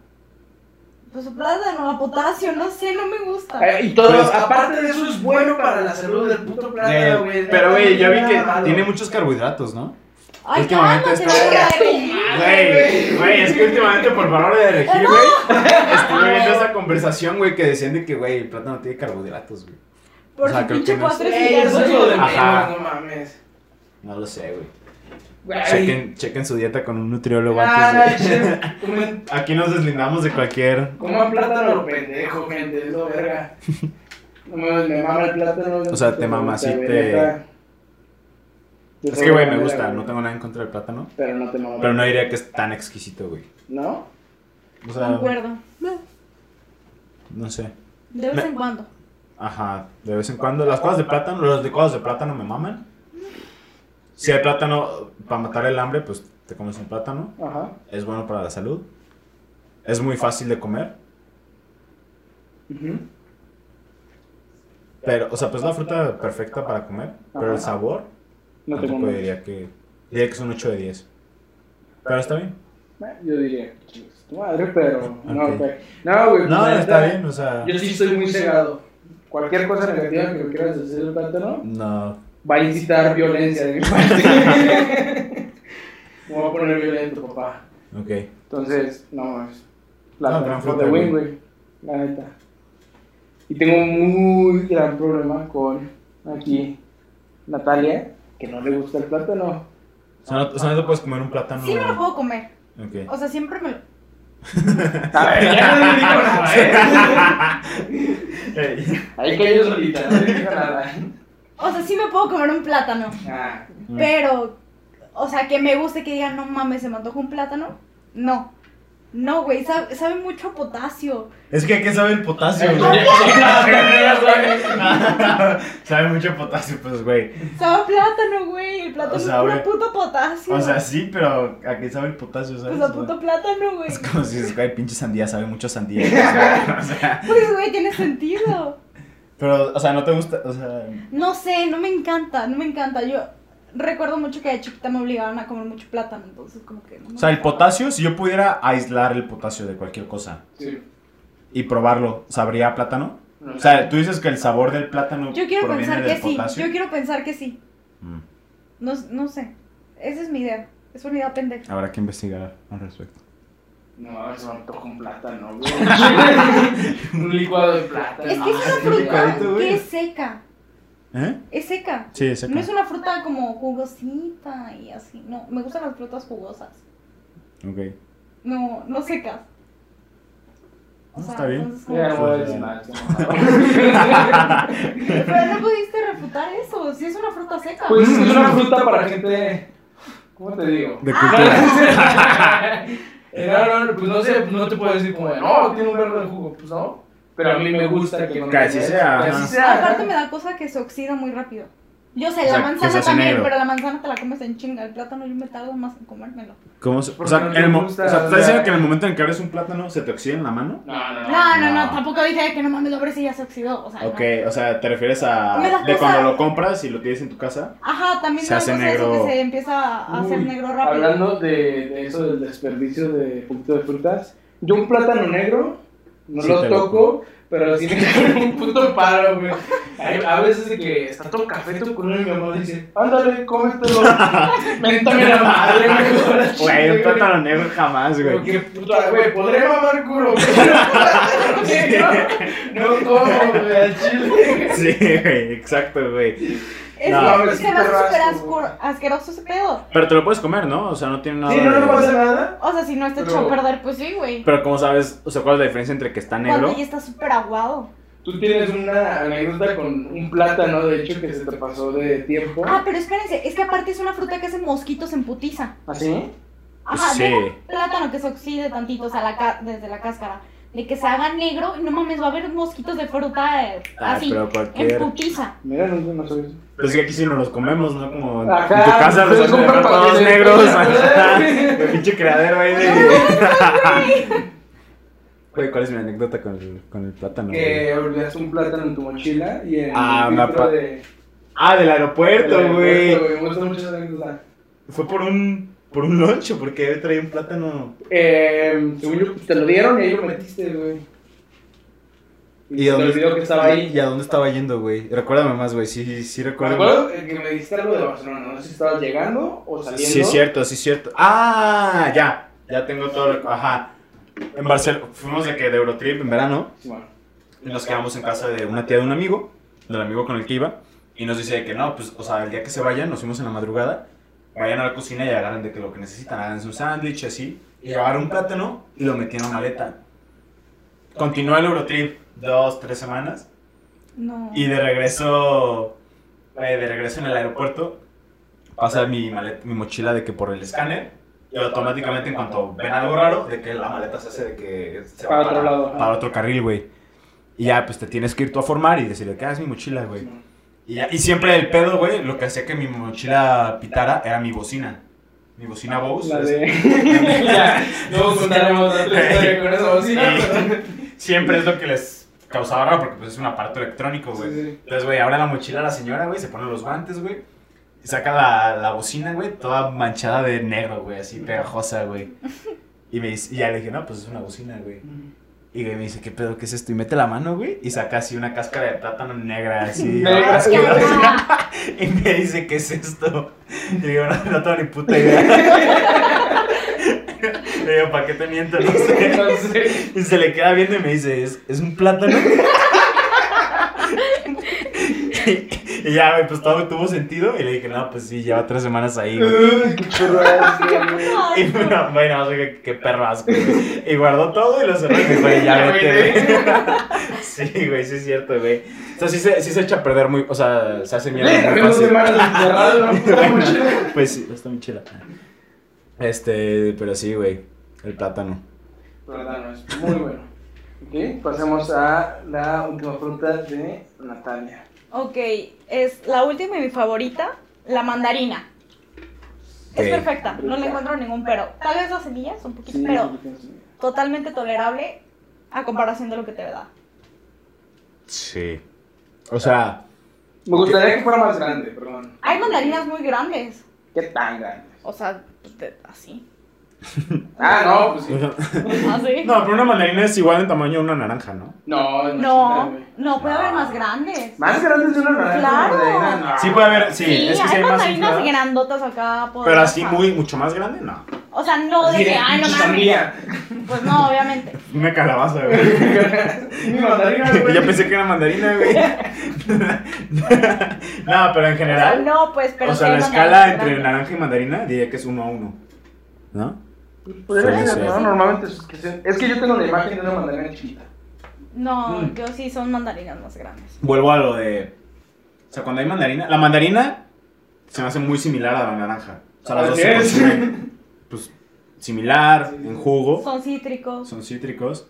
[SPEAKER 3] Pues a plátano, a potasio, no sé, no me gusta.
[SPEAKER 4] Eh, Y
[SPEAKER 1] Todo,
[SPEAKER 4] todo,
[SPEAKER 1] aparte de eso, es bueno para la salud del puto plátano, güey.
[SPEAKER 2] Eh, Pero, güey, ya vi que
[SPEAKER 1] Nada malo.
[SPEAKER 2] tiene muchos carbohidratos, ¿no?
[SPEAKER 3] Ay,
[SPEAKER 2] últimamente
[SPEAKER 3] cálmate,
[SPEAKER 2] está-
[SPEAKER 3] no me la de-
[SPEAKER 2] Ah, Güey, güey, es que últimamente, por favor, de elegir, güey, estuve viendo esa conversación, güey, que decían de que, güey, el plátano tiene carbohidratos, güey. O
[SPEAKER 3] Por
[SPEAKER 2] sea,
[SPEAKER 3] su
[SPEAKER 2] creo
[SPEAKER 3] pinche
[SPEAKER 2] que no es-
[SPEAKER 3] cuatro
[SPEAKER 1] Ey, Eh, eso es lo de menos,
[SPEAKER 2] Ajá.
[SPEAKER 1] no mames.
[SPEAKER 2] No lo sé, güey.
[SPEAKER 1] Güey.
[SPEAKER 2] Chequen, chequen su dieta con un nutriólogo
[SPEAKER 1] Ah,
[SPEAKER 2] antes de...
[SPEAKER 1] che, comen-
[SPEAKER 2] Aquí nos deslindamos de cualquier...
[SPEAKER 1] Coman plátano lo pendejo, gente, es lo verga.
[SPEAKER 4] No mames, me mama el plátano.
[SPEAKER 2] O sea, te mama, sí te- Es que, güey, me gusta, no tengo nada en contra del plátano,
[SPEAKER 4] Pero no te mama.
[SPEAKER 2] pero no diría que es tan exquisito, güey.
[SPEAKER 4] ¿No?
[SPEAKER 2] O sea,
[SPEAKER 3] Concuerdo.
[SPEAKER 2] no sé.
[SPEAKER 3] De vez
[SPEAKER 2] Me-
[SPEAKER 3] en cuando.
[SPEAKER 2] Ajá, de vez en cuando. Las cosas de plátano, los licuados de plátano me maman. Si hay plátano para matar el hambre, pues te comes un plátano.
[SPEAKER 4] Ajá.
[SPEAKER 2] Es bueno para la salud. Es muy fácil de comer.
[SPEAKER 4] Ujú.
[SPEAKER 2] Pero, o sea, pues es la fruta perfecta para comer. Pero el sabor,
[SPEAKER 4] No te
[SPEAKER 2] tampoco
[SPEAKER 4] mama.
[SPEAKER 2] diría que. Diría que es un 8 de 10. Pero está bien.
[SPEAKER 4] Eh, Yo diría, "Chingas tu madre, pero. No,
[SPEAKER 2] Ok.
[SPEAKER 4] ok. No, güey. pues,
[SPEAKER 2] No,
[SPEAKER 4] la neta,
[SPEAKER 2] está bien, o sea.
[SPEAKER 4] Yo sí estoy muy cegado. Cualquier cosa negativa que quieras decir del plátano
[SPEAKER 2] No.
[SPEAKER 4] va a incitar violencia de mi parte. Me voy a poner violento, papá.
[SPEAKER 2] Ok.
[SPEAKER 4] Entonces, no, es
[SPEAKER 2] No,
[SPEAKER 4] la
[SPEAKER 2] gran
[SPEAKER 4] gran
[SPEAKER 2] fruta,
[SPEAKER 4] de
[SPEAKER 2] güey.
[SPEAKER 4] Wing, güey. La neta. Y tengo un muy gran problema con aquí Natalia, que no le gusta el plátano.
[SPEAKER 2] O sea, no, o sea, Ah, no te puedes comer un plátano.
[SPEAKER 3] Sí me lo puedo comer.
[SPEAKER 2] Ok.
[SPEAKER 3] O sea, siempre me lo.
[SPEAKER 4] A ver, ya no le digo nada, ¿eh? Ahí que yo solita, no le digo nada.
[SPEAKER 3] O sea, sí me puedo comer un plátano.
[SPEAKER 4] Ah,
[SPEAKER 2] Mm.
[SPEAKER 3] Pero, o sea, que me guste que digan, no mames, se me antoja un plátano. No. No, güey, sabe, sabe mucho a potasio.
[SPEAKER 2] Es que ¿a qué sabe el potasio,
[SPEAKER 4] Ay,
[SPEAKER 2] güey?
[SPEAKER 4] ya,
[SPEAKER 2] sabe mucho potasio, pues, güey.
[SPEAKER 3] Sabe a plátano, güey. El plátano
[SPEAKER 2] O sea,
[SPEAKER 3] es
[SPEAKER 2] güey.
[SPEAKER 3] puro puto potasio.
[SPEAKER 2] O sea, sí, pero ¿a qué sabe el potasio, sabes?
[SPEAKER 3] pues a puto plátano, güey.
[SPEAKER 2] Es como si dices, güey, pinche sandía, sabe mucho a sandía. o sea, o sea,
[SPEAKER 3] Pues, güey, tiene sentido.
[SPEAKER 2] pero, o sea, no te gusta, o sea...
[SPEAKER 3] No sé, no me encanta, no me encanta. Yo recuerdo mucho que de chiquita me obligaron a comer mucho plátano, entonces como que... no me
[SPEAKER 2] O sea, el
[SPEAKER 3] gustaba.
[SPEAKER 2] potasio, si yo pudiera aislar el potasio de cualquier cosa
[SPEAKER 4] sí.
[SPEAKER 2] y probarlo, ¿sabría a plátano?
[SPEAKER 4] No.
[SPEAKER 2] O sea, tú dices que el sabor del plátano
[SPEAKER 3] Yo quiero
[SPEAKER 2] proviene
[SPEAKER 3] pensar
[SPEAKER 2] del
[SPEAKER 3] que sí,
[SPEAKER 2] potasio.
[SPEAKER 3] yo quiero pensar que sí.
[SPEAKER 2] Mm,
[SPEAKER 3] No, no sé, esa es mi idea. Es una idea pendeja.
[SPEAKER 2] habrá que investigar al respecto.
[SPEAKER 4] No, eso me antoja un plátano, güey. un licuado de plátano.
[SPEAKER 3] Es que es una
[SPEAKER 4] así,
[SPEAKER 3] fruta
[SPEAKER 2] picadito, güey.
[SPEAKER 3] que es seca,
[SPEAKER 2] ¿Eh?
[SPEAKER 3] es seca.
[SPEAKER 2] Sí, exacto.
[SPEAKER 3] No es una fruta como jugosita y así. No, me gustan las frutas jugosas.
[SPEAKER 2] Ok.
[SPEAKER 3] No, no secas.
[SPEAKER 2] No, Ah, está bien.
[SPEAKER 3] entonces, como-
[SPEAKER 4] Ya no voy a decir nada.
[SPEAKER 3] Pero no pudiste refutar eso. Si es una fruta seca.
[SPEAKER 4] Pues es que es una fruta para gente. ¿Cómo te digo?
[SPEAKER 2] De cultura.
[SPEAKER 4] Eh, No, no, pues no sé, no te puedo decir como, de, no, tiene un verbo de jugo, pues no. Pero a mí me gusta que no
[SPEAKER 2] Que así
[SPEAKER 4] me-
[SPEAKER 2] sea,
[SPEAKER 4] que
[SPEAKER 2] ajá.
[SPEAKER 4] así sea.
[SPEAKER 3] Aparte me da cosa que se oxida muy rápido. Yo sé,
[SPEAKER 2] O sea,
[SPEAKER 3] la
[SPEAKER 2] que se
[SPEAKER 3] manzana
[SPEAKER 2] hace
[SPEAKER 3] también,
[SPEAKER 2] negro.
[SPEAKER 3] pero la manzana te la comes en chinga. El plátano yo me tardo más en comérmelo.
[SPEAKER 2] ¿Cómo se- o
[SPEAKER 4] Porque
[SPEAKER 2] sea,
[SPEAKER 4] no
[SPEAKER 2] en
[SPEAKER 4] te
[SPEAKER 2] el mo-
[SPEAKER 4] gusta,
[SPEAKER 2] o sea, ¿tú
[SPEAKER 4] o
[SPEAKER 2] estás diciendo
[SPEAKER 4] sea-
[SPEAKER 2] que en el momento en que abres un plátano se te oxida en la mano?
[SPEAKER 4] No, no, no.
[SPEAKER 3] No, no, no,
[SPEAKER 2] no.
[SPEAKER 3] tampoco dije que no mames, lo abres y ya se oxidó. O sea, no.
[SPEAKER 2] Ok, o sea, te refieres a
[SPEAKER 3] Me das
[SPEAKER 2] de
[SPEAKER 3] cosa.
[SPEAKER 2] cuando lo compras y lo tienes en tu casa.
[SPEAKER 3] Ajá, también
[SPEAKER 2] Se
[SPEAKER 3] me da
[SPEAKER 2] hace
[SPEAKER 3] cosa eso
[SPEAKER 2] negro.
[SPEAKER 3] que se empieza a hacer
[SPEAKER 4] Uy,
[SPEAKER 3] negro rápido.
[SPEAKER 4] Hablando de, de eso del desperdicio de poquito de frutas, yo un plátano negro no
[SPEAKER 2] Sí,
[SPEAKER 4] lo
[SPEAKER 2] te lo-
[SPEAKER 4] toco, pero tiene que haber un puto paro, güey. Hay- A veces de que está todo café tu culo y mi mamá dice, ándale, este cómetelo. Méntame la madre, mejor. la
[SPEAKER 2] Güey, un
[SPEAKER 4] chingada".
[SPEAKER 2] plátano negro jamás,
[SPEAKER 4] Pero
[SPEAKER 2] güey.
[SPEAKER 4] qué puta, güey, podré mamar culo, güey. No, no como, güey, al chile.
[SPEAKER 2] Sí, güey, exacto, güey.
[SPEAKER 3] es
[SPEAKER 2] No,
[SPEAKER 3] que
[SPEAKER 4] mames,
[SPEAKER 3] se me hace
[SPEAKER 4] qué
[SPEAKER 3] súper
[SPEAKER 4] asco,
[SPEAKER 3] asco-
[SPEAKER 4] güey.
[SPEAKER 3] asqueroso ese pedo.
[SPEAKER 2] Pero te lo puedes comer, ¿no? O sea, no tiene nada
[SPEAKER 4] Sí, no,
[SPEAKER 2] de-
[SPEAKER 4] no pasa nada.
[SPEAKER 3] O sea, si no está hecho
[SPEAKER 4] Pero-
[SPEAKER 3] a perder, pues sí, güey.
[SPEAKER 2] Pero ¿cómo sabes? O sea, ¿cuál es la diferencia entre que está negro?
[SPEAKER 3] Cuando ya está súper aguado.
[SPEAKER 4] Tú tienes una anécdota con un plátano, de hecho, que se te pasó de tiempo.
[SPEAKER 3] Ah, pero espérense, es que aparte es una fruta que hace mosquitos en putiza.
[SPEAKER 4] ¿Así?
[SPEAKER 3] Ajá,
[SPEAKER 2] Sí.
[SPEAKER 3] deja un plátano que se oxide tantito, o sea, la ca- desde la cáscara. De que se haga negro y no mames, va a haber mosquitos de fruta eh,
[SPEAKER 2] Ah,
[SPEAKER 3] así,
[SPEAKER 2] pero
[SPEAKER 3] en
[SPEAKER 2] cualquier.
[SPEAKER 3] putiza.
[SPEAKER 4] Mira, no, no sabes.
[SPEAKER 2] Pues es que aquí sí nos los comemos, ¿no? Como en tu
[SPEAKER 4] Ajá,
[SPEAKER 2] casa los
[SPEAKER 4] pues,
[SPEAKER 2] hacen
[SPEAKER 4] compra
[SPEAKER 2] llevar
[SPEAKER 4] para
[SPEAKER 2] todos
[SPEAKER 4] que-
[SPEAKER 2] negros. ajá. El pinche creadero ahí de. Güey, ¿cuál es mi anécdota
[SPEAKER 4] Eh,
[SPEAKER 2] con el, con el plátano? güey?
[SPEAKER 4] Que olvidaste un plátano en tu mochila y en
[SPEAKER 2] Ah,
[SPEAKER 4] el
[SPEAKER 2] me
[SPEAKER 4] filtro
[SPEAKER 2] apa-
[SPEAKER 4] de...
[SPEAKER 2] Ah, del aeropuerto, güey.
[SPEAKER 4] Me gustan mucho esa anécdota.
[SPEAKER 2] Fue por un. por un lunch o porque traía un plátano.
[SPEAKER 4] Eh, según yo, te lo dieron y ahí lo metiste, güey.
[SPEAKER 2] ¿Y
[SPEAKER 4] se
[SPEAKER 2] a
[SPEAKER 4] te
[SPEAKER 2] dónde-
[SPEAKER 4] olvidó que estaba ahí.
[SPEAKER 2] ¿Y a dónde estaba yendo, güey? Recuérdame más, güey. Sí, sí, sí,
[SPEAKER 4] Me
[SPEAKER 2] recuerdo.
[SPEAKER 4] acuerdo Eh, que me dijiste algo de Barcelona, no sé si estabas llegando o saliendo.
[SPEAKER 2] Sí, es cierto, sí, es cierto. Ah, ya. Ya tengo todo. recu- Ajá. En Barcelona. Fuimos de que de Eurotrip en verano.
[SPEAKER 4] Bueno,
[SPEAKER 2] Y nos quedamos en casa de una tía de un amigo, del amigo con el que iba, y nos dice de que no, pues, o sea, el día que se vayan, nos fuimos en la madrugada, vayan a la cocina y agarran de que lo que necesitan, háganse un sándwich, así, y llevaron un plátano y lo metieron en la maleta. Continuó el Eurotrip dos, tres semanas,
[SPEAKER 3] No.
[SPEAKER 2] y de regreso, eh, de regreso en el aeropuerto, pasa mi, maleta, mi mochila de que por el escáner, y automáticamente en cuanto ven algo raro, de que la maleta se hace de que se
[SPEAKER 4] Para otro lado, ajá.
[SPEAKER 2] para otro carril, güey. Y ya, pues te tienes que ir tú a formar y decirle, ¿qué haces mi mochila, güey? Y, ya- y siempre el pedo, güey, lo que hacía que mi mochila pitara era mi bocina. Mi bocina Bose.
[SPEAKER 4] Ah, la
[SPEAKER 2] es-
[SPEAKER 4] de. ya, luego contaremos otra historia con esa bocina. pero-
[SPEAKER 2] Siempre es lo que les causaba raro porque pues es un aparato electrónico, güey.
[SPEAKER 4] Sí, sí.
[SPEAKER 2] Entonces, güey, ahora la mochila la señora, güey, se pone los guantes, güey. Y saca la, la bocina, güey, toda manchada de negro, güey, así pegajosa, güey. Y, me dice, y ya le dije, no, pues es una bocina, güey. Y güey, me dice, ¿qué pedo? ¿Qué es esto? Y mete la mano, güey, y saca así una cáscara de plátano negra, así.
[SPEAKER 4] Negra.
[SPEAKER 2] asquerosa.
[SPEAKER 3] Ajá.
[SPEAKER 2] Y me dice, ¿qué es esto? Y le digo, no, no tengo ni puta idea. Le digo, ¿para qué te miento? No sé.
[SPEAKER 4] Entonces,
[SPEAKER 2] Y se le queda viendo y me dice, ¿es, es un plátano? y, y ya, güey, pues todo tuvo sentido. Y le dije, no, pues sí, lleva tres semanas ahí, güey.
[SPEAKER 4] uy, qué perro asco, güey.
[SPEAKER 2] Y
[SPEAKER 3] Ay, no.
[SPEAKER 2] bueno, bueno, qué, qué perro asco, güey. Y guardó todo y lo cerró. Y güey, ya
[SPEAKER 4] Ya
[SPEAKER 2] vete, güey. Sí, güey, sí es cierto, güey. O sea, sí se, sí se echa a perder muy. O sea, se hace miedo
[SPEAKER 4] Le
[SPEAKER 2] muy
[SPEAKER 4] tenemos
[SPEAKER 2] fácil.
[SPEAKER 4] semanas encerradas en una puta mochila.
[SPEAKER 2] Pues sí, está muy chila. Este, pero sí, güey. El plátano.
[SPEAKER 4] Plátano es muy bueno. Ok, pasemos a la última fruta de Natalia.
[SPEAKER 3] Ok, es la última y mi favorita, la mandarina.
[SPEAKER 2] Ok.
[SPEAKER 3] Es perfecta, no le encuentro ningún pero. Tal vez las semillas, un poquito, pero totalmente tolerable a comparación de lo que te da.
[SPEAKER 2] Sí. O sea,
[SPEAKER 4] Me gustaría que fuera más grande, perdón.
[SPEAKER 3] Hay mandarinas muy grandes,
[SPEAKER 4] ¿Qué tan grande?
[SPEAKER 3] o sea, pues, de- así.
[SPEAKER 4] Ah, no, pues sí.
[SPEAKER 3] Así.
[SPEAKER 2] No, pero una mandarina es igual en tamaño a una naranja, ¿no?
[SPEAKER 4] No, es más chiquita,
[SPEAKER 3] No,
[SPEAKER 4] güey.
[SPEAKER 3] no, puede haber más grandes.
[SPEAKER 4] Más grande es una naranja.
[SPEAKER 3] Claro.
[SPEAKER 4] madreina, no.
[SPEAKER 2] Sí, puede haber, sí,
[SPEAKER 3] Sí,
[SPEAKER 2] es que sí
[SPEAKER 3] hay
[SPEAKER 2] hay más
[SPEAKER 3] mandarinas
[SPEAKER 2] infladas.
[SPEAKER 3] grandotas acá. por
[SPEAKER 2] Pero
[SPEAKER 3] la
[SPEAKER 2] así
[SPEAKER 3] casa.
[SPEAKER 2] muy, mucho más grande, no.
[SPEAKER 3] O sea, no de
[SPEAKER 4] Sí,
[SPEAKER 3] que, ay, no
[SPEAKER 4] pinche
[SPEAKER 3] mames.
[SPEAKER 4] sandía.
[SPEAKER 3] Pues no, obviamente.
[SPEAKER 2] Una calabaza, güey.
[SPEAKER 4] Mi mandarina, güey.
[SPEAKER 2] Yo pensé que era mandarina, güey. no, pero en
[SPEAKER 3] O sea,
[SPEAKER 2] general.
[SPEAKER 3] no, pues, pero
[SPEAKER 2] o
[SPEAKER 3] sí
[SPEAKER 2] sea, la
[SPEAKER 3] hay mandarinas
[SPEAKER 2] escala entre
[SPEAKER 3] grandes.
[SPEAKER 2] naranja y mandarina diría que es uno a uno. ¿No?
[SPEAKER 4] Podría
[SPEAKER 2] Puede
[SPEAKER 4] ser,
[SPEAKER 2] ser.
[SPEAKER 4] ¿no? Normalmente es que, se- es que yo tengo la imagen de una mandarina chiquita.
[SPEAKER 3] No,
[SPEAKER 4] Mm.
[SPEAKER 3] yo sí son mandarinas más grandes.
[SPEAKER 2] Vuelvo a lo de. O sea, cuando hay mandarina. La mandarina se me hace muy similar a la naranja. O sea, las dos
[SPEAKER 4] Así
[SPEAKER 2] se
[SPEAKER 4] es.
[SPEAKER 2] consumen, Pues similar,
[SPEAKER 4] Sí, sí.
[SPEAKER 2] en jugo,
[SPEAKER 3] Son cítricos.
[SPEAKER 2] son cítricos.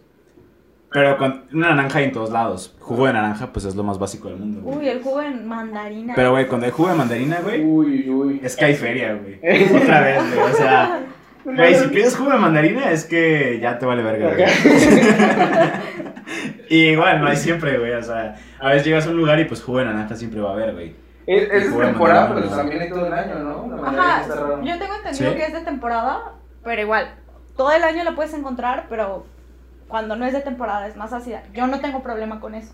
[SPEAKER 2] Pero con una naranja hay en todos lados. Jugo de naranja, pues es lo más básico del mundo. güey.
[SPEAKER 3] Uy, el jugo en mandarina.
[SPEAKER 2] Pero, güey, cuando hay jugo de mandarina, güey,
[SPEAKER 4] Uy, uy, uy.
[SPEAKER 2] es que hay feria, güey. Otra vez, güey. O sea, güey, si pides jugo de mandarina, es que ya te vale verga, güey. Y igual, no hay siempre, güey. O sea, a veces llegas a un lugar y pues jugo de naranja siempre va a haber, güey.
[SPEAKER 4] Es, es
[SPEAKER 2] Jugo de
[SPEAKER 4] temporada,
[SPEAKER 2] mandarina,
[SPEAKER 4] pero
[SPEAKER 2] ¿no?
[SPEAKER 4] también hay todo el año, ¿no? La mandarina
[SPEAKER 3] Ajá,
[SPEAKER 4] está raro.
[SPEAKER 3] yo tengo entendido
[SPEAKER 2] Sí.
[SPEAKER 3] que es de temporada, pero igual, todo el año la puedes encontrar, pero cuando no es de temporada es más ácida. Yo no tengo problema con eso.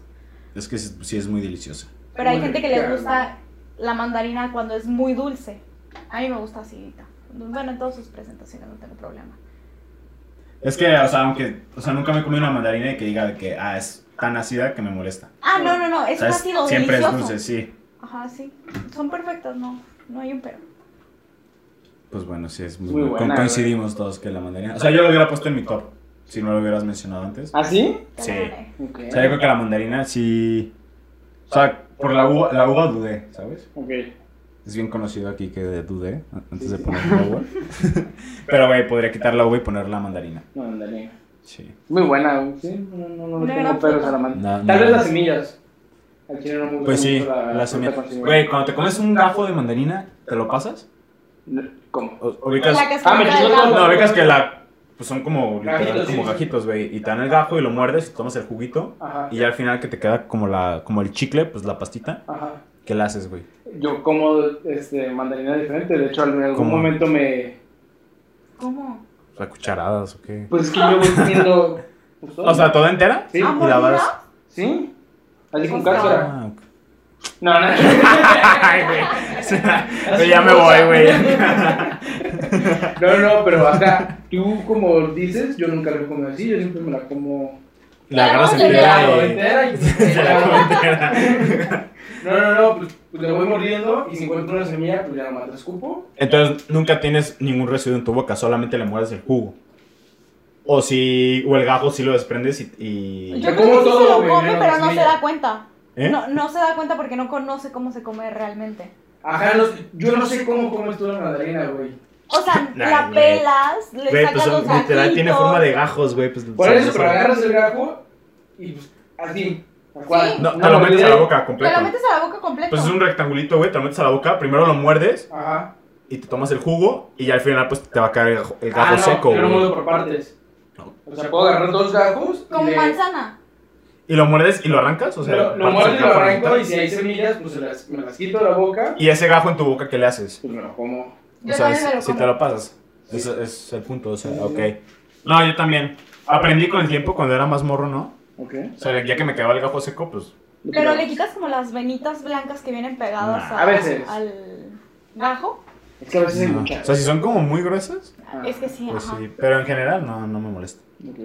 [SPEAKER 2] Es que es- sí es muy delicioso.
[SPEAKER 3] Pero hay
[SPEAKER 4] Muy
[SPEAKER 3] gente que le
[SPEAKER 4] rica,
[SPEAKER 3] gusta la mandarina cuando es muy dulce. A mí me gusta acidita. Bueno, en todas sus presentaciones no tengo problema.
[SPEAKER 2] Es que, o sea, aunque, o sea, nunca me he comido una mandarina y que diga de que, ah, es tan ácida que me molesta.
[SPEAKER 3] Ah, no, no, no,
[SPEAKER 2] O
[SPEAKER 3] es
[SPEAKER 2] sea,
[SPEAKER 3] un
[SPEAKER 2] es-
[SPEAKER 3] ácido
[SPEAKER 2] siempre
[SPEAKER 3] delicioso.
[SPEAKER 2] es dulce, sí.
[SPEAKER 3] Ajá, sí. Son perfectas, no, no hay un pero.
[SPEAKER 2] Pues bueno, sí, es muy,
[SPEAKER 4] Muy
[SPEAKER 2] bueno.
[SPEAKER 4] buena,
[SPEAKER 2] coincidimos todos que la mandarina. O sea, yo lo hubiera puesto en mi top, si no lo hubieras mencionado antes.
[SPEAKER 4] ¿Ah, sí?
[SPEAKER 3] Te
[SPEAKER 2] Sí.
[SPEAKER 3] la gané.
[SPEAKER 4] Ok.
[SPEAKER 2] O sea, yo creo que la mandarina sí. O sea, por la uva, la uva dudé, ¿sabes?
[SPEAKER 4] Ok.
[SPEAKER 2] Es bien conocido aquí que dudé antes de
[SPEAKER 4] Sí, sí.
[SPEAKER 2] poner la uva. Pero, güey, podría quitar la uva y poner la mandarina.
[SPEAKER 4] No, mandarina.
[SPEAKER 2] Sí.
[SPEAKER 4] Muy buena, güey. Sí, no, no,
[SPEAKER 3] Una
[SPEAKER 4] no le tengo
[SPEAKER 3] gran
[SPEAKER 4] pelos
[SPEAKER 3] fruta.
[SPEAKER 4] a la mano.
[SPEAKER 2] No,
[SPEAKER 4] Tal
[SPEAKER 2] no.
[SPEAKER 4] vez las semillas. Al chile no me gusta
[SPEAKER 2] Pues sí,
[SPEAKER 4] mucho la
[SPEAKER 2] la
[SPEAKER 4] fruta
[SPEAKER 2] semilla.
[SPEAKER 4] con semillas.
[SPEAKER 2] Güey, cuando te comes un gafo de mandarina, ¿te lo pasas?
[SPEAKER 4] ¿Cómo?
[SPEAKER 2] O- ubicas-
[SPEAKER 3] La cascarita
[SPEAKER 4] Ah, me
[SPEAKER 3] del
[SPEAKER 4] chingó
[SPEAKER 3] árbol.
[SPEAKER 2] No, ubicas que la. Pues son como literal,
[SPEAKER 4] Gajitos, sí,
[SPEAKER 2] como
[SPEAKER 4] sí.
[SPEAKER 2] gajitos, güey. Y te dan el gajo y lo muerdes y tomas el juguito.
[SPEAKER 4] Ajá.
[SPEAKER 2] Y ya al final que te queda como la como el chicle, pues la pastita.
[SPEAKER 4] Ajá.
[SPEAKER 2] que ¿Qué la haces, güey?
[SPEAKER 4] Yo como este, mandarina diferente. De hecho, en algún
[SPEAKER 2] ¿Cómo?
[SPEAKER 4] momento me.
[SPEAKER 3] ¿Cómo?
[SPEAKER 2] O sea, cucharadas o qué.
[SPEAKER 4] Pues es que yo voy comiendo. pues, todo.
[SPEAKER 2] O sea, ¿toda entera?
[SPEAKER 4] sí.
[SPEAKER 3] ¿A
[SPEAKER 2] Y la varas.
[SPEAKER 3] mordida?
[SPEAKER 4] Sí. Así con
[SPEAKER 3] O
[SPEAKER 4] cápsula.
[SPEAKER 2] Ah, ok.
[SPEAKER 4] No, no.
[SPEAKER 2] Ay, güey. O sea, güey, ya me voy, güey.
[SPEAKER 4] No, no, pero acá, tú como dices, yo nunca lo he comido así, yo siempre me la como.
[SPEAKER 2] La agarras
[SPEAKER 3] Vamos a
[SPEAKER 2] entera
[SPEAKER 4] como
[SPEAKER 2] y...
[SPEAKER 4] entera y-
[SPEAKER 2] Se la come entera.
[SPEAKER 4] No, no, no, pues, pues le voy mordiendo y si encuentro una semilla, pues ya nomás la escupo.
[SPEAKER 2] Entonces, nunca tienes ningún residuo en tu boca, solamente le mueres el jugo. O si... O el gajo si lo desprendes y... y-
[SPEAKER 3] Yo creo
[SPEAKER 4] Me como
[SPEAKER 3] que sí
[SPEAKER 4] todo,
[SPEAKER 3] se lo
[SPEAKER 4] güey,
[SPEAKER 3] come,
[SPEAKER 4] menos
[SPEAKER 3] pero no se
[SPEAKER 4] semilla.
[SPEAKER 3] da cuenta.
[SPEAKER 2] ¿Eh?
[SPEAKER 3] No, no se da cuenta porque no conoce cómo se come realmente.
[SPEAKER 4] Ajá, no- yo no sé cómo comes tú la mandarina, güey.
[SPEAKER 3] O sea,
[SPEAKER 2] Nah,
[SPEAKER 3] la
[SPEAKER 2] güey.
[SPEAKER 3] pelas, le
[SPEAKER 2] Güey,
[SPEAKER 3] sacas
[SPEAKER 2] pues
[SPEAKER 3] los
[SPEAKER 2] literal
[SPEAKER 3] gajitos.
[SPEAKER 2] tiene forma de gajos, güey. Pues,
[SPEAKER 4] Por
[SPEAKER 2] sabes,
[SPEAKER 4] eso, pero
[SPEAKER 2] sabe.
[SPEAKER 4] agarras el gajo y pues así. tal cual.
[SPEAKER 3] Sí.
[SPEAKER 2] No,
[SPEAKER 4] Una
[SPEAKER 2] te lo metes
[SPEAKER 4] mordida
[SPEAKER 2] a
[SPEAKER 4] y-
[SPEAKER 2] la boca
[SPEAKER 3] Te
[SPEAKER 2] completo.
[SPEAKER 3] lo metes a la boca completo.
[SPEAKER 2] Pues es un rectangulito, güey, te lo metes a la boca, primero lo muerdes
[SPEAKER 4] Ajá.
[SPEAKER 2] y te tomas el jugo y ya al final pues te va a caer el gajo, el gajo
[SPEAKER 4] Ah, no,
[SPEAKER 2] seco,
[SPEAKER 4] Yo lo
[SPEAKER 2] güey.
[SPEAKER 4] muerdo por partes.
[SPEAKER 2] No.
[SPEAKER 4] O sea, puedo agarrar dos gajos. y
[SPEAKER 3] Como
[SPEAKER 4] le-
[SPEAKER 3] manzana.
[SPEAKER 2] ¿Y lo muerdes y lo arrancas? O sea,
[SPEAKER 4] Lo,
[SPEAKER 2] partes
[SPEAKER 4] lo muerdo y
[SPEAKER 2] el
[SPEAKER 4] lo
[SPEAKER 2] gajo a la
[SPEAKER 4] arranco
[SPEAKER 2] mitad.
[SPEAKER 4] y si hay semillas, pues se las, me las quito de la boca
[SPEAKER 2] Y ese gajo en tu boca, ¿qué le haces?
[SPEAKER 4] pues me lo como.
[SPEAKER 3] Yo
[SPEAKER 2] o sea,
[SPEAKER 3] también me lo
[SPEAKER 2] si
[SPEAKER 3] como.
[SPEAKER 2] te lo pasas.
[SPEAKER 4] Sí.
[SPEAKER 2] Ese es el punto, o sea,
[SPEAKER 4] Sí, sí,
[SPEAKER 2] ok.
[SPEAKER 4] sí.
[SPEAKER 2] No, yo también. Aprendí con el tiempo cuando era más morro, ¿no?
[SPEAKER 4] Ok.
[SPEAKER 2] O sea, ya que me quedaba el gajo seco, pues...
[SPEAKER 3] Pero le quitas como las venitas blancas que vienen pegadas
[SPEAKER 2] Nah.
[SPEAKER 3] a-
[SPEAKER 4] A veces.
[SPEAKER 3] al gajo.
[SPEAKER 4] Es que a veces hay
[SPEAKER 2] no.
[SPEAKER 4] muchas.
[SPEAKER 2] O sea, si son como muy gruesas,
[SPEAKER 4] Ah,
[SPEAKER 3] Es que sí,
[SPEAKER 2] pues
[SPEAKER 3] ajá.
[SPEAKER 2] sí. Pero en general no, no me molesta.
[SPEAKER 4] ok.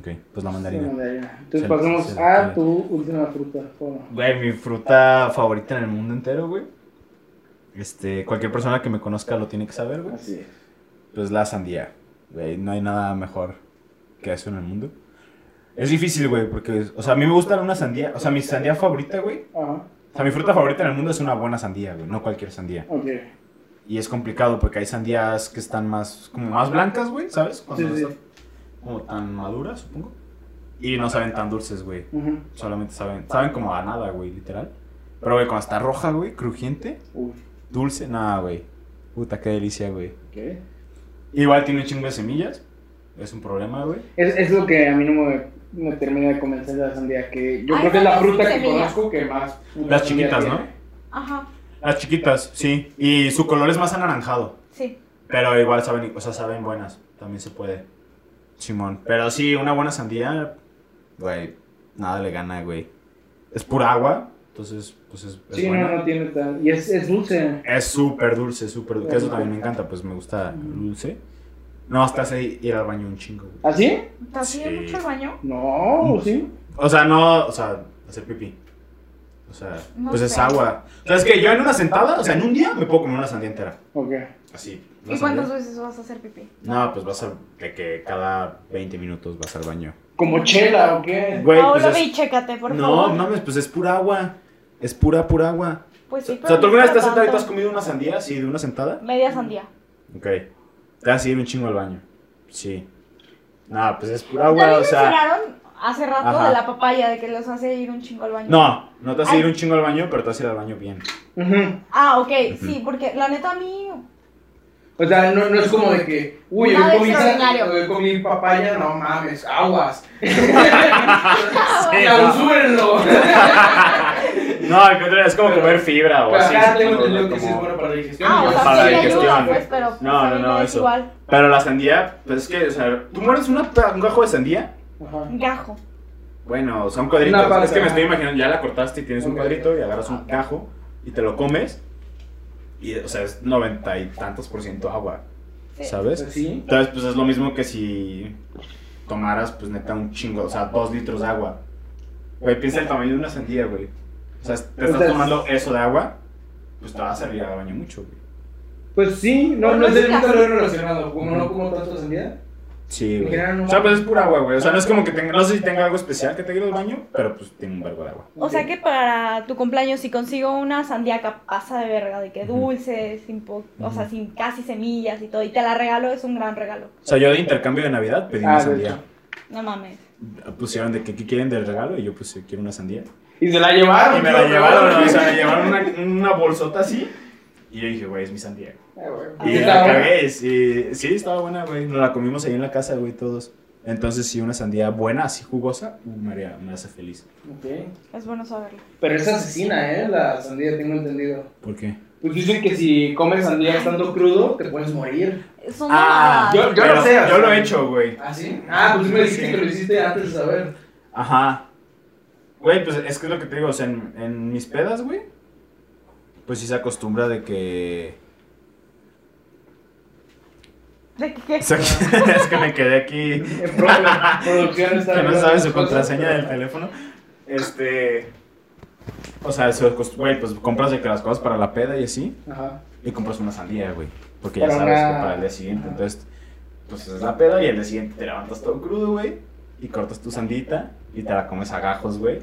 [SPEAKER 2] Ok, pues la
[SPEAKER 4] Sí,
[SPEAKER 2] mandarina.
[SPEAKER 4] mandarina. Entonces
[SPEAKER 2] Sí,
[SPEAKER 4] pasamos
[SPEAKER 2] sí,
[SPEAKER 4] a
[SPEAKER 2] sí.
[SPEAKER 4] tu última fruta. Toma.
[SPEAKER 2] Güey, mi fruta favorita en el mundo entero, güey. Este, cualquier persona que me conozca lo tiene que saber, güey.
[SPEAKER 4] Así es.
[SPEAKER 2] Pues la sandía. Güey, no hay nada mejor que eso en el mundo. Es difícil, güey, porque, o sea, a mí me gusta una sandía. O sea, mi sandía favorita, güey.
[SPEAKER 4] Ajá.
[SPEAKER 2] O sea, mi fruta favorita en el mundo es una buena sandía, güey, no cualquier sandía.
[SPEAKER 4] Ok.
[SPEAKER 2] Y es complicado porque hay sandías que están más, como más blancas, güey, ¿sabes? Cuando
[SPEAKER 4] Sí,
[SPEAKER 2] no
[SPEAKER 4] sí.
[SPEAKER 2] están como tan maduras, supongo. Y no saben tan dulces, güey.
[SPEAKER 4] Ujú.
[SPEAKER 2] Solamente saben, saben como a nada, güey, literal. Pero, güey, cuando está roja, güey, crujiente,
[SPEAKER 4] Uy.
[SPEAKER 2] dulce, nada, güey. Puta, qué delicia, güey.
[SPEAKER 4] Ok.
[SPEAKER 2] Igual tiene un chingo de semillas. Es un problema, güey.
[SPEAKER 4] Es, es lo que a mí no me, me termina de convencer de la sandía. Que yo
[SPEAKER 3] Ay,
[SPEAKER 4] creo que es la
[SPEAKER 3] no, no,
[SPEAKER 4] fruta
[SPEAKER 3] sin
[SPEAKER 4] que
[SPEAKER 3] semillas.
[SPEAKER 4] conozco que más. putas
[SPEAKER 2] Las
[SPEAKER 4] semillas
[SPEAKER 2] chiquitas, ¿no?
[SPEAKER 4] tiene.
[SPEAKER 3] Ajá,
[SPEAKER 2] Las chiquitas, sí. Y su color es más anaranjado.
[SPEAKER 3] sí.
[SPEAKER 2] Pero igual saben, o sea, saben buenas. También se puede. Simón. Pero sí, una buena sandía, güey, nada le gana, güey. Es pura agua, entonces, pues es, es
[SPEAKER 4] Sí,
[SPEAKER 2] buena.
[SPEAKER 4] no, no tiene tal. Y es, es dulce.
[SPEAKER 2] Es súper dulce, súper dulce. Que eso también me encanta, pues me gusta el dulce. No, hasta hace ir al baño un chingo, güey.
[SPEAKER 4] ¿Así?
[SPEAKER 3] ¿Te hacía
[SPEAKER 2] Sí.
[SPEAKER 3] mucho el baño?
[SPEAKER 4] ¿Ah, No,
[SPEAKER 2] Mm.
[SPEAKER 4] sí.
[SPEAKER 2] O sea, no, o sea, hacer pipí. O sea,
[SPEAKER 3] No
[SPEAKER 2] pues es
[SPEAKER 3] sé.
[SPEAKER 2] agua. O sea, es que yo en una sentada, o sea, en un día me puedo comer una sandía entera.
[SPEAKER 4] Ok.
[SPEAKER 2] Así. una
[SPEAKER 3] ¿Y cuántas
[SPEAKER 2] sandía.
[SPEAKER 3] veces vas a hacer pipí?
[SPEAKER 2] No, pues vas a. de que cada 20 minutos vas al baño.
[SPEAKER 4] Como chela, ¿o qué?
[SPEAKER 2] Güey,
[SPEAKER 3] Ahora
[SPEAKER 2] pues es-
[SPEAKER 3] ve y chécate, por
[SPEAKER 2] No,
[SPEAKER 3] favor.
[SPEAKER 2] no mames, pues es pura agua. Es pura, pura agua.
[SPEAKER 3] Pues sí,
[SPEAKER 2] o sea, ¿tú alguna vez te has
[SPEAKER 3] pero
[SPEAKER 2] sentado y te has
[SPEAKER 3] tanto.
[SPEAKER 2] comido una sandía así de una sentada?
[SPEAKER 3] Media sandía.
[SPEAKER 2] Ok. Te vas a ir un chingo al baño. Sí. No, pues es pura
[SPEAKER 3] También
[SPEAKER 2] agua, o sea.
[SPEAKER 3] mencionaron hace rato
[SPEAKER 2] Ajá.
[SPEAKER 3] de la papaya, de que los hace ir un chingo al baño.
[SPEAKER 2] No, no te vas a ir
[SPEAKER 3] Ay.
[SPEAKER 2] un chingo al baño, pero te vas a ir al baño bien.
[SPEAKER 4] Ujú.
[SPEAKER 3] Ah, ok,
[SPEAKER 2] Ujú.
[SPEAKER 3] sí, porque la neta a mí...
[SPEAKER 4] O sea, no, no es como de que, uy,
[SPEAKER 3] Nada
[SPEAKER 4] hoy comí,
[SPEAKER 3] extraordinario.
[SPEAKER 4] hoy comí papaya, no mames, aguas.
[SPEAKER 2] Sí,
[SPEAKER 4] Clausúrenlo.
[SPEAKER 2] No, al contrario, es como
[SPEAKER 4] Pero-
[SPEAKER 2] comer fibra o
[SPEAKER 4] Pero
[SPEAKER 2] así.
[SPEAKER 4] acá
[SPEAKER 2] es
[SPEAKER 4] tengo
[SPEAKER 2] como-
[SPEAKER 4] entendido que sí
[SPEAKER 2] como-
[SPEAKER 4] es bueno para la digestión.
[SPEAKER 3] Ah, o sea,
[SPEAKER 2] Para
[SPEAKER 3] sí
[SPEAKER 2] la
[SPEAKER 3] me
[SPEAKER 2] digestión,
[SPEAKER 3] ayuda,
[SPEAKER 2] güey.
[SPEAKER 3] pues, pero pues,
[SPEAKER 2] No,
[SPEAKER 3] a
[SPEAKER 2] no,
[SPEAKER 3] mí
[SPEAKER 2] no,
[SPEAKER 3] me es
[SPEAKER 2] eso.
[SPEAKER 3] igual.
[SPEAKER 2] Pero la sandía, pues es que, o sea, tú mueres una, un gajo de sandía.
[SPEAKER 4] Ajá.
[SPEAKER 3] Gajo.
[SPEAKER 2] Bueno, son cuadritos.
[SPEAKER 4] Una parte,
[SPEAKER 2] es que me
[SPEAKER 4] ajá.
[SPEAKER 2] estoy imaginando, ya la cortaste y tienes un
[SPEAKER 4] Ok.
[SPEAKER 2] cuadrito y agarras un gajo y te lo comes. Y, o sea, es noventa y tantos por ciento agua,
[SPEAKER 3] Sí.
[SPEAKER 2] ¿sabes?
[SPEAKER 4] Sí.
[SPEAKER 2] Entonces, pues es lo mismo que si tomaras, pues neta, un chingo, o sea, dos litros de agua. Güey, piensa el tamaño de una sandía, güey. O sea, te estás
[SPEAKER 4] Entonces-
[SPEAKER 2] tomando eso de agua, pues te va a servir al baño mucho, güey.
[SPEAKER 4] Pues sí, no,
[SPEAKER 3] Pues
[SPEAKER 4] no
[SPEAKER 3] no
[SPEAKER 4] sé,
[SPEAKER 3] es
[SPEAKER 4] nunca
[SPEAKER 3] casi.
[SPEAKER 4] lo he relacionado. Como no como tanto sandía.
[SPEAKER 2] Sí,
[SPEAKER 4] En
[SPEAKER 2] güey.
[SPEAKER 4] general, no
[SPEAKER 2] O sea, pues
[SPEAKER 4] mames.
[SPEAKER 2] es pura agua, güey. O sea, no es como que tenga, no sé si tenga algo especial que te ir al baño, pero pues tiene un verbo de agua.
[SPEAKER 3] O sea que para tu cumpleaños, si consigo una sandía que pasa de verga, de que
[SPEAKER 2] Ujú.
[SPEAKER 3] dulce, sin po- o sea,
[SPEAKER 2] Ujú.
[SPEAKER 3] sin casi semillas y todo, y te la regalo, es un gran regalo.
[SPEAKER 2] O sea, yo de intercambio de Navidad pedí
[SPEAKER 4] Ah,
[SPEAKER 2] una
[SPEAKER 4] de
[SPEAKER 2] sandía.
[SPEAKER 3] No mames.
[SPEAKER 2] Pusieron de que qué quieren del regalo y yo pues quiero una sandía.
[SPEAKER 4] Y se la llevaron.
[SPEAKER 2] Y me la llevaron, o sea, me llevaron una, una bolsota así. Y yo dije, güey, es mi sandía.
[SPEAKER 4] Eh, güey.
[SPEAKER 2] Y
[SPEAKER 4] Sí,
[SPEAKER 2] la
[SPEAKER 4] estaba-
[SPEAKER 2] cagué, sí, sí, estaba buena, güey. Nos la comimos ahí en la casa, güey, todos. Entonces, sí, una sandía buena, así jugosa, uh, María, me hace feliz.
[SPEAKER 4] Ok.
[SPEAKER 3] Es bueno saberlo.
[SPEAKER 4] Pero es asesina, ¿eh? La sandía, tengo entendido.
[SPEAKER 2] ¿Por qué?
[SPEAKER 4] Pues dicen que si comes sandía estando crudo, te puedes morir.
[SPEAKER 3] Son
[SPEAKER 2] Ah,
[SPEAKER 3] mamadas.
[SPEAKER 4] yo- yo lo
[SPEAKER 2] Pero
[SPEAKER 4] sé, o
[SPEAKER 2] Yo
[SPEAKER 4] sea.
[SPEAKER 2] lo he hecho, güey.
[SPEAKER 4] ¿Ah, sí? Ah, pues tú me dijiste que lo hiciste antes de saber.
[SPEAKER 2] Ajá. Güey, pues es que es lo que te digo, o sea, en, en mis pedas, güey, pues sí se acostumbra de que...
[SPEAKER 3] ¿De qué?
[SPEAKER 2] es que me quedé aquí...
[SPEAKER 4] En pro- la producción está
[SPEAKER 2] que no
[SPEAKER 4] hablando
[SPEAKER 2] sabe
[SPEAKER 4] de
[SPEAKER 2] su
[SPEAKER 4] cosas,
[SPEAKER 2] contraseña
[SPEAKER 4] pero-
[SPEAKER 2] del teléfono. Este. O sea, se acost- güey, pues compras de que las cosas para la peda y así.
[SPEAKER 4] Ajá.
[SPEAKER 2] Y compras una sandía, güey. Porque ya
[SPEAKER 4] Para
[SPEAKER 2] sabes
[SPEAKER 4] una-
[SPEAKER 2] que para el día siguiente.
[SPEAKER 4] Ajá.
[SPEAKER 2] Entonces, pues es la peda y al día siguiente te levantas todo crudo, güey. Y cortas tu sandita y te la comes a gajos, güey.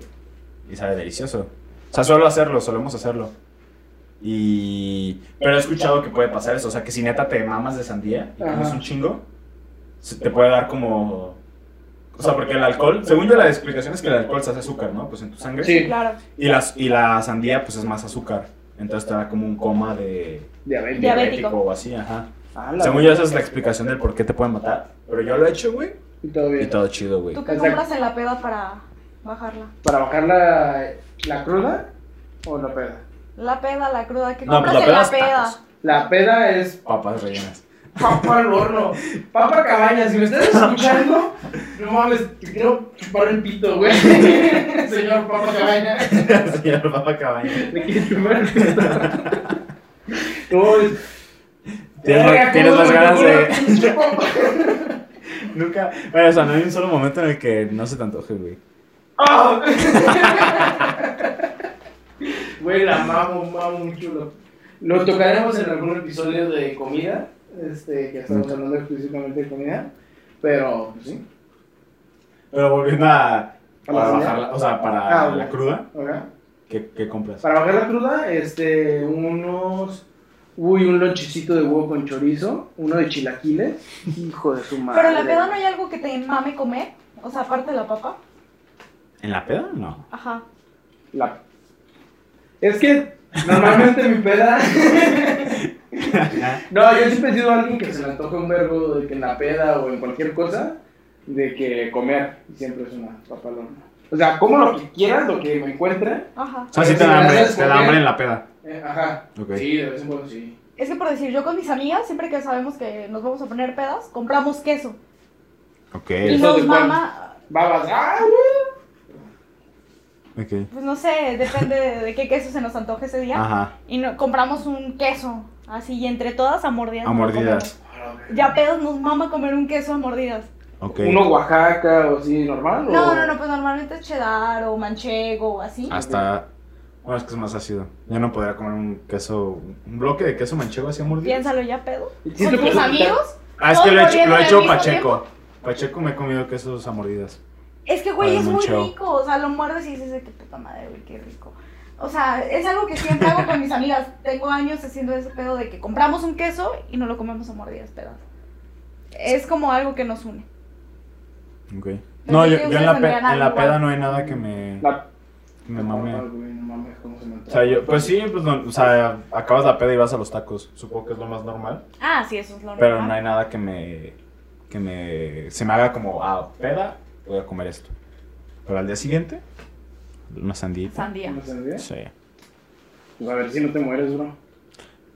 [SPEAKER 2] Y sabe delicioso. O sea, suelo hacerlo, solemos hacerlo. Y. Pero he escuchado que puede pasar eso. O sea, que si neta te mamas de sandía y
[SPEAKER 4] Ajá.
[SPEAKER 2] comes un chingo, se te puede dar como. O sea, porque el alcohol, según yo, la explicación es que el alcohol se hace azúcar, ¿no? Pues en tu sangre.
[SPEAKER 4] Sí,
[SPEAKER 3] Claro.
[SPEAKER 2] Y, las, y la sandía, pues es más azúcar. Entonces te da como un coma de
[SPEAKER 3] Diabetes.
[SPEAKER 4] diabetes.
[SPEAKER 2] diabético
[SPEAKER 3] Diabético.
[SPEAKER 2] o así, ajá.
[SPEAKER 4] Ah, la
[SPEAKER 2] Según yo, esa es la explicación del por qué te pueden matar. Pero yo lo he hecho, güey.
[SPEAKER 4] Y todo bien.
[SPEAKER 2] Y todo chido, güey.
[SPEAKER 3] ¿Tú qué
[SPEAKER 4] Exacto.
[SPEAKER 3] compras en la peda para bajarla?
[SPEAKER 4] ¿Para bajar la, la cruda o la peda?
[SPEAKER 3] La peda, la cruda, ¿qué
[SPEAKER 2] No,
[SPEAKER 3] compras
[SPEAKER 2] pues la
[SPEAKER 3] en
[SPEAKER 2] peda
[SPEAKER 3] la
[SPEAKER 2] es
[SPEAKER 3] peda?
[SPEAKER 2] tacos.
[SPEAKER 4] La peda es
[SPEAKER 2] Papas rellenas.
[SPEAKER 4] papa al horno. Papa cabaña, si me estás escuchando, no mames, te quiero chupar el pito, güey. Señor papa cabaña.
[SPEAKER 2] Señor Papa Cabaña.
[SPEAKER 4] Me quiero chupar el pito. No, es-
[SPEAKER 2] Tienes,
[SPEAKER 4] Verga,
[SPEAKER 2] más- tienes
[SPEAKER 4] ¿cómo
[SPEAKER 2] más
[SPEAKER 4] se me
[SPEAKER 2] ganas
[SPEAKER 4] ocurre?
[SPEAKER 2] de. Nunca. Bueno, o sea, no hay un solo momento en el que no se te antoje, güey.
[SPEAKER 4] ¡Ah! Güey, la mamo, mamo mucho. Lo, lo tocaremos en algún episodio de comida, este, que estamos
[SPEAKER 2] Nunca.
[SPEAKER 4] hablando exclusivamente de comida, pero pues, sí,
[SPEAKER 2] Pero volviendo a.
[SPEAKER 4] ¿A la
[SPEAKER 2] Para
[SPEAKER 4] sandía?
[SPEAKER 2] bajarla, o sea, para
[SPEAKER 4] Ah, güey.
[SPEAKER 2] la cruda,
[SPEAKER 4] ¿verdad?
[SPEAKER 2] ¿qué, qué compras?
[SPEAKER 4] Para bajar la cruda, este, unos. Uy, un lonchecito de huevo con chorizo, uno de chilaquiles. Hijo de su madre.
[SPEAKER 3] Pero en la peda no hay algo que te mame comer. O sea, aparte de la papa.
[SPEAKER 2] ¿En la peda? No.
[SPEAKER 3] Ajá.
[SPEAKER 4] La- Es que normalmente mi peda. no, yo siempre he sido alguien que se le antoja un verbo de que en la peda o en cualquier cosa, de que comer siempre es una papalona. O sea, como lo que quieras, lo que me encuentre.
[SPEAKER 3] Ajá.
[SPEAKER 2] O sea, sí
[SPEAKER 4] Pero
[SPEAKER 2] te da
[SPEAKER 4] si me
[SPEAKER 2] hambre,
[SPEAKER 4] haces
[SPEAKER 2] te da
[SPEAKER 4] comer-
[SPEAKER 2] hambre en la peda.
[SPEAKER 4] eh, ajá.
[SPEAKER 2] Ok.
[SPEAKER 4] Sí, de vez en cuando sí.
[SPEAKER 3] Es que por decir, yo con mis amigas, siempre que sabemos que nos vamos a poner pedas, compramos queso.
[SPEAKER 2] Ok.
[SPEAKER 3] Y
[SPEAKER 4] ¿Queso de
[SPEAKER 3] nos
[SPEAKER 4] cuál?
[SPEAKER 3] mama,
[SPEAKER 4] Babas. ¡ah!
[SPEAKER 2] Ok.
[SPEAKER 3] pues no sé, depende de, de qué queso se nos antoje ese día.
[SPEAKER 2] Ajá.
[SPEAKER 3] Y no, compramos un queso, así, y entre todas a mordidas.
[SPEAKER 2] A
[SPEAKER 3] nos lo
[SPEAKER 2] mordidas.
[SPEAKER 3] comemos. Ya pedos nos mama comer un queso a mordidas.
[SPEAKER 2] Ok.
[SPEAKER 4] ¿Uno Oaxaca o así normal? o-
[SPEAKER 3] No, no, no, pues normalmente es cheddar o manchego o así.
[SPEAKER 2] Hasta. Bueno, es que es más ácido. Yo no podría comer un queso. Un bloque de queso manchego así a mordidas.
[SPEAKER 3] Piénsalo ya, pedo.
[SPEAKER 4] Sí,
[SPEAKER 3] Con
[SPEAKER 4] te
[SPEAKER 3] tus
[SPEAKER 4] puedo-
[SPEAKER 3] amigos.
[SPEAKER 2] Ah, es que
[SPEAKER 3] Todos
[SPEAKER 2] lo he hecho, lo he
[SPEAKER 3] mordiendo al
[SPEAKER 2] hecho
[SPEAKER 3] mismo
[SPEAKER 2] Pacheco. Pacheco me he comido quesos a mordidas.
[SPEAKER 3] Es que, güey,
[SPEAKER 2] Al
[SPEAKER 3] es muy
[SPEAKER 2] manchego.
[SPEAKER 3] rico. O sea, lo muerdes y dices, de qué puta madre, güey, qué rico. O sea, es algo que siempre hago con mis amigas. Tengo años haciendo ese pedo de que compramos un queso y no lo comemos a mordidas, pedas. Es como algo que nos une.
[SPEAKER 2] Ok.
[SPEAKER 3] Pensé
[SPEAKER 2] No,
[SPEAKER 3] que
[SPEAKER 2] yo, yo en
[SPEAKER 3] ustedes
[SPEAKER 2] la, pe-
[SPEAKER 3] tendrían
[SPEAKER 2] en la
[SPEAKER 3] algo
[SPEAKER 2] peda
[SPEAKER 3] igual.
[SPEAKER 2] no hay nada que me,
[SPEAKER 4] La-
[SPEAKER 2] que me mame.
[SPEAKER 4] No, güey, no mames, ¿cómo se me
[SPEAKER 2] O sea, yo, pues sí, pues no, o sea, acabas la peda y vas a los tacos. Supongo que es lo más normal.
[SPEAKER 3] Ah, sí, eso es lo
[SPEAKER 2] Pero
[SPEAKER 3] normal.
[SPEAKER 2] no hay nada que me. que me. se me haga como, ah, peda, voy a comer esto. Pero al día siguiente, una sandita.
[SPEAKER 3] Sandía.
[SPEAKER 4] ¿No se me olvida?
[SPEAKER 2] Sí.
[SPEAKER 4] Pues a ver si no te mueres, bro.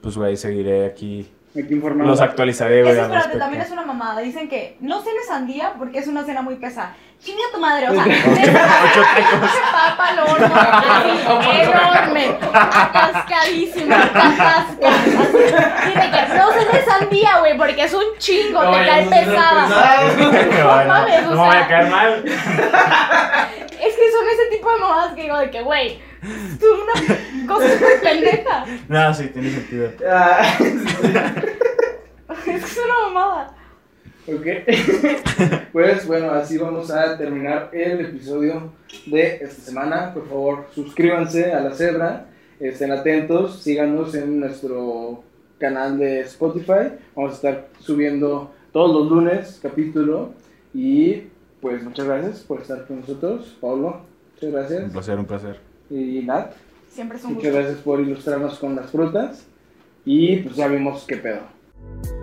[SPEAKER 2] Pues, güey, seguiré aquí.
[SPEAKER 4] Aquí informando.
[SPEAKER 2] Los actualizaré, güey,
[SPEAKER 3] Eso,
[SPEAKER 2] al
[SPEAKER 3] espérate,
[SPEAKER 2] respecto.
[SPEAKER 3] también es una mamada. Dicen que no cenes sandía porque es una cena muy pesada. Chinga tu madre, o
[SPEAKER 2] Pues
[SPEAKER 3] sea, es papa al horno, así, enorme, atascadísima, atasca. así. Dime que no cenes sandía, güey, porque es un chingo,
[SPEAKER 4] No,
[SPEAKER 3] te
[SPEAKER 4] ya
[SPEAKER 3] cae
[SPEAKER 4] no se me
[SPEAKER 3] pesada.
[SPEAKER 2] No,
[SPEAKER 4] pesada.
[SPEAKER 2] vaya,
[SPEAKER 3] mames,
[SPEAKER 2] no
[SPEAKER 3] o
[SPEAKER 2] me voy a
[SPEAKER 3] sea.
[SPEAKER 2] caer mal.
[SPEAKER 3] Es que son ese tipo de mamadas que digo de que, güey, es una cosa súper pendeja.
[SPEAKER 2] No, sí, tiene sentido.
[SPEAKER 4] Ah,
[SPEAKER 3] Es que es una mamada.
[SPEAKER 4] ok. pues bueno, así vamos a terminar el episodio de esta semana. Por favor, suscríbanse a la cebra. Estén atentos, síganos en nuestro canal de Spotify. Vamos a estar subiendo todos los lunes capítulo. Y pues muchas gracias por estar con nosotros, Pablo. Muchas
[SPEAKER 2] Un
[SPEAKER 4] gracias.
[SPEAKER 2] placer, un placer.
[SPEAKER 4] Y Nat.
[SPEAKER 3] Siempre es un
[SPEAKER 4] Muchas
[SPEAKER 3] gusto.
[SPEAKER 4] gracias por ilustrarnos con las frutas. Y pues ya vimos qué pedo.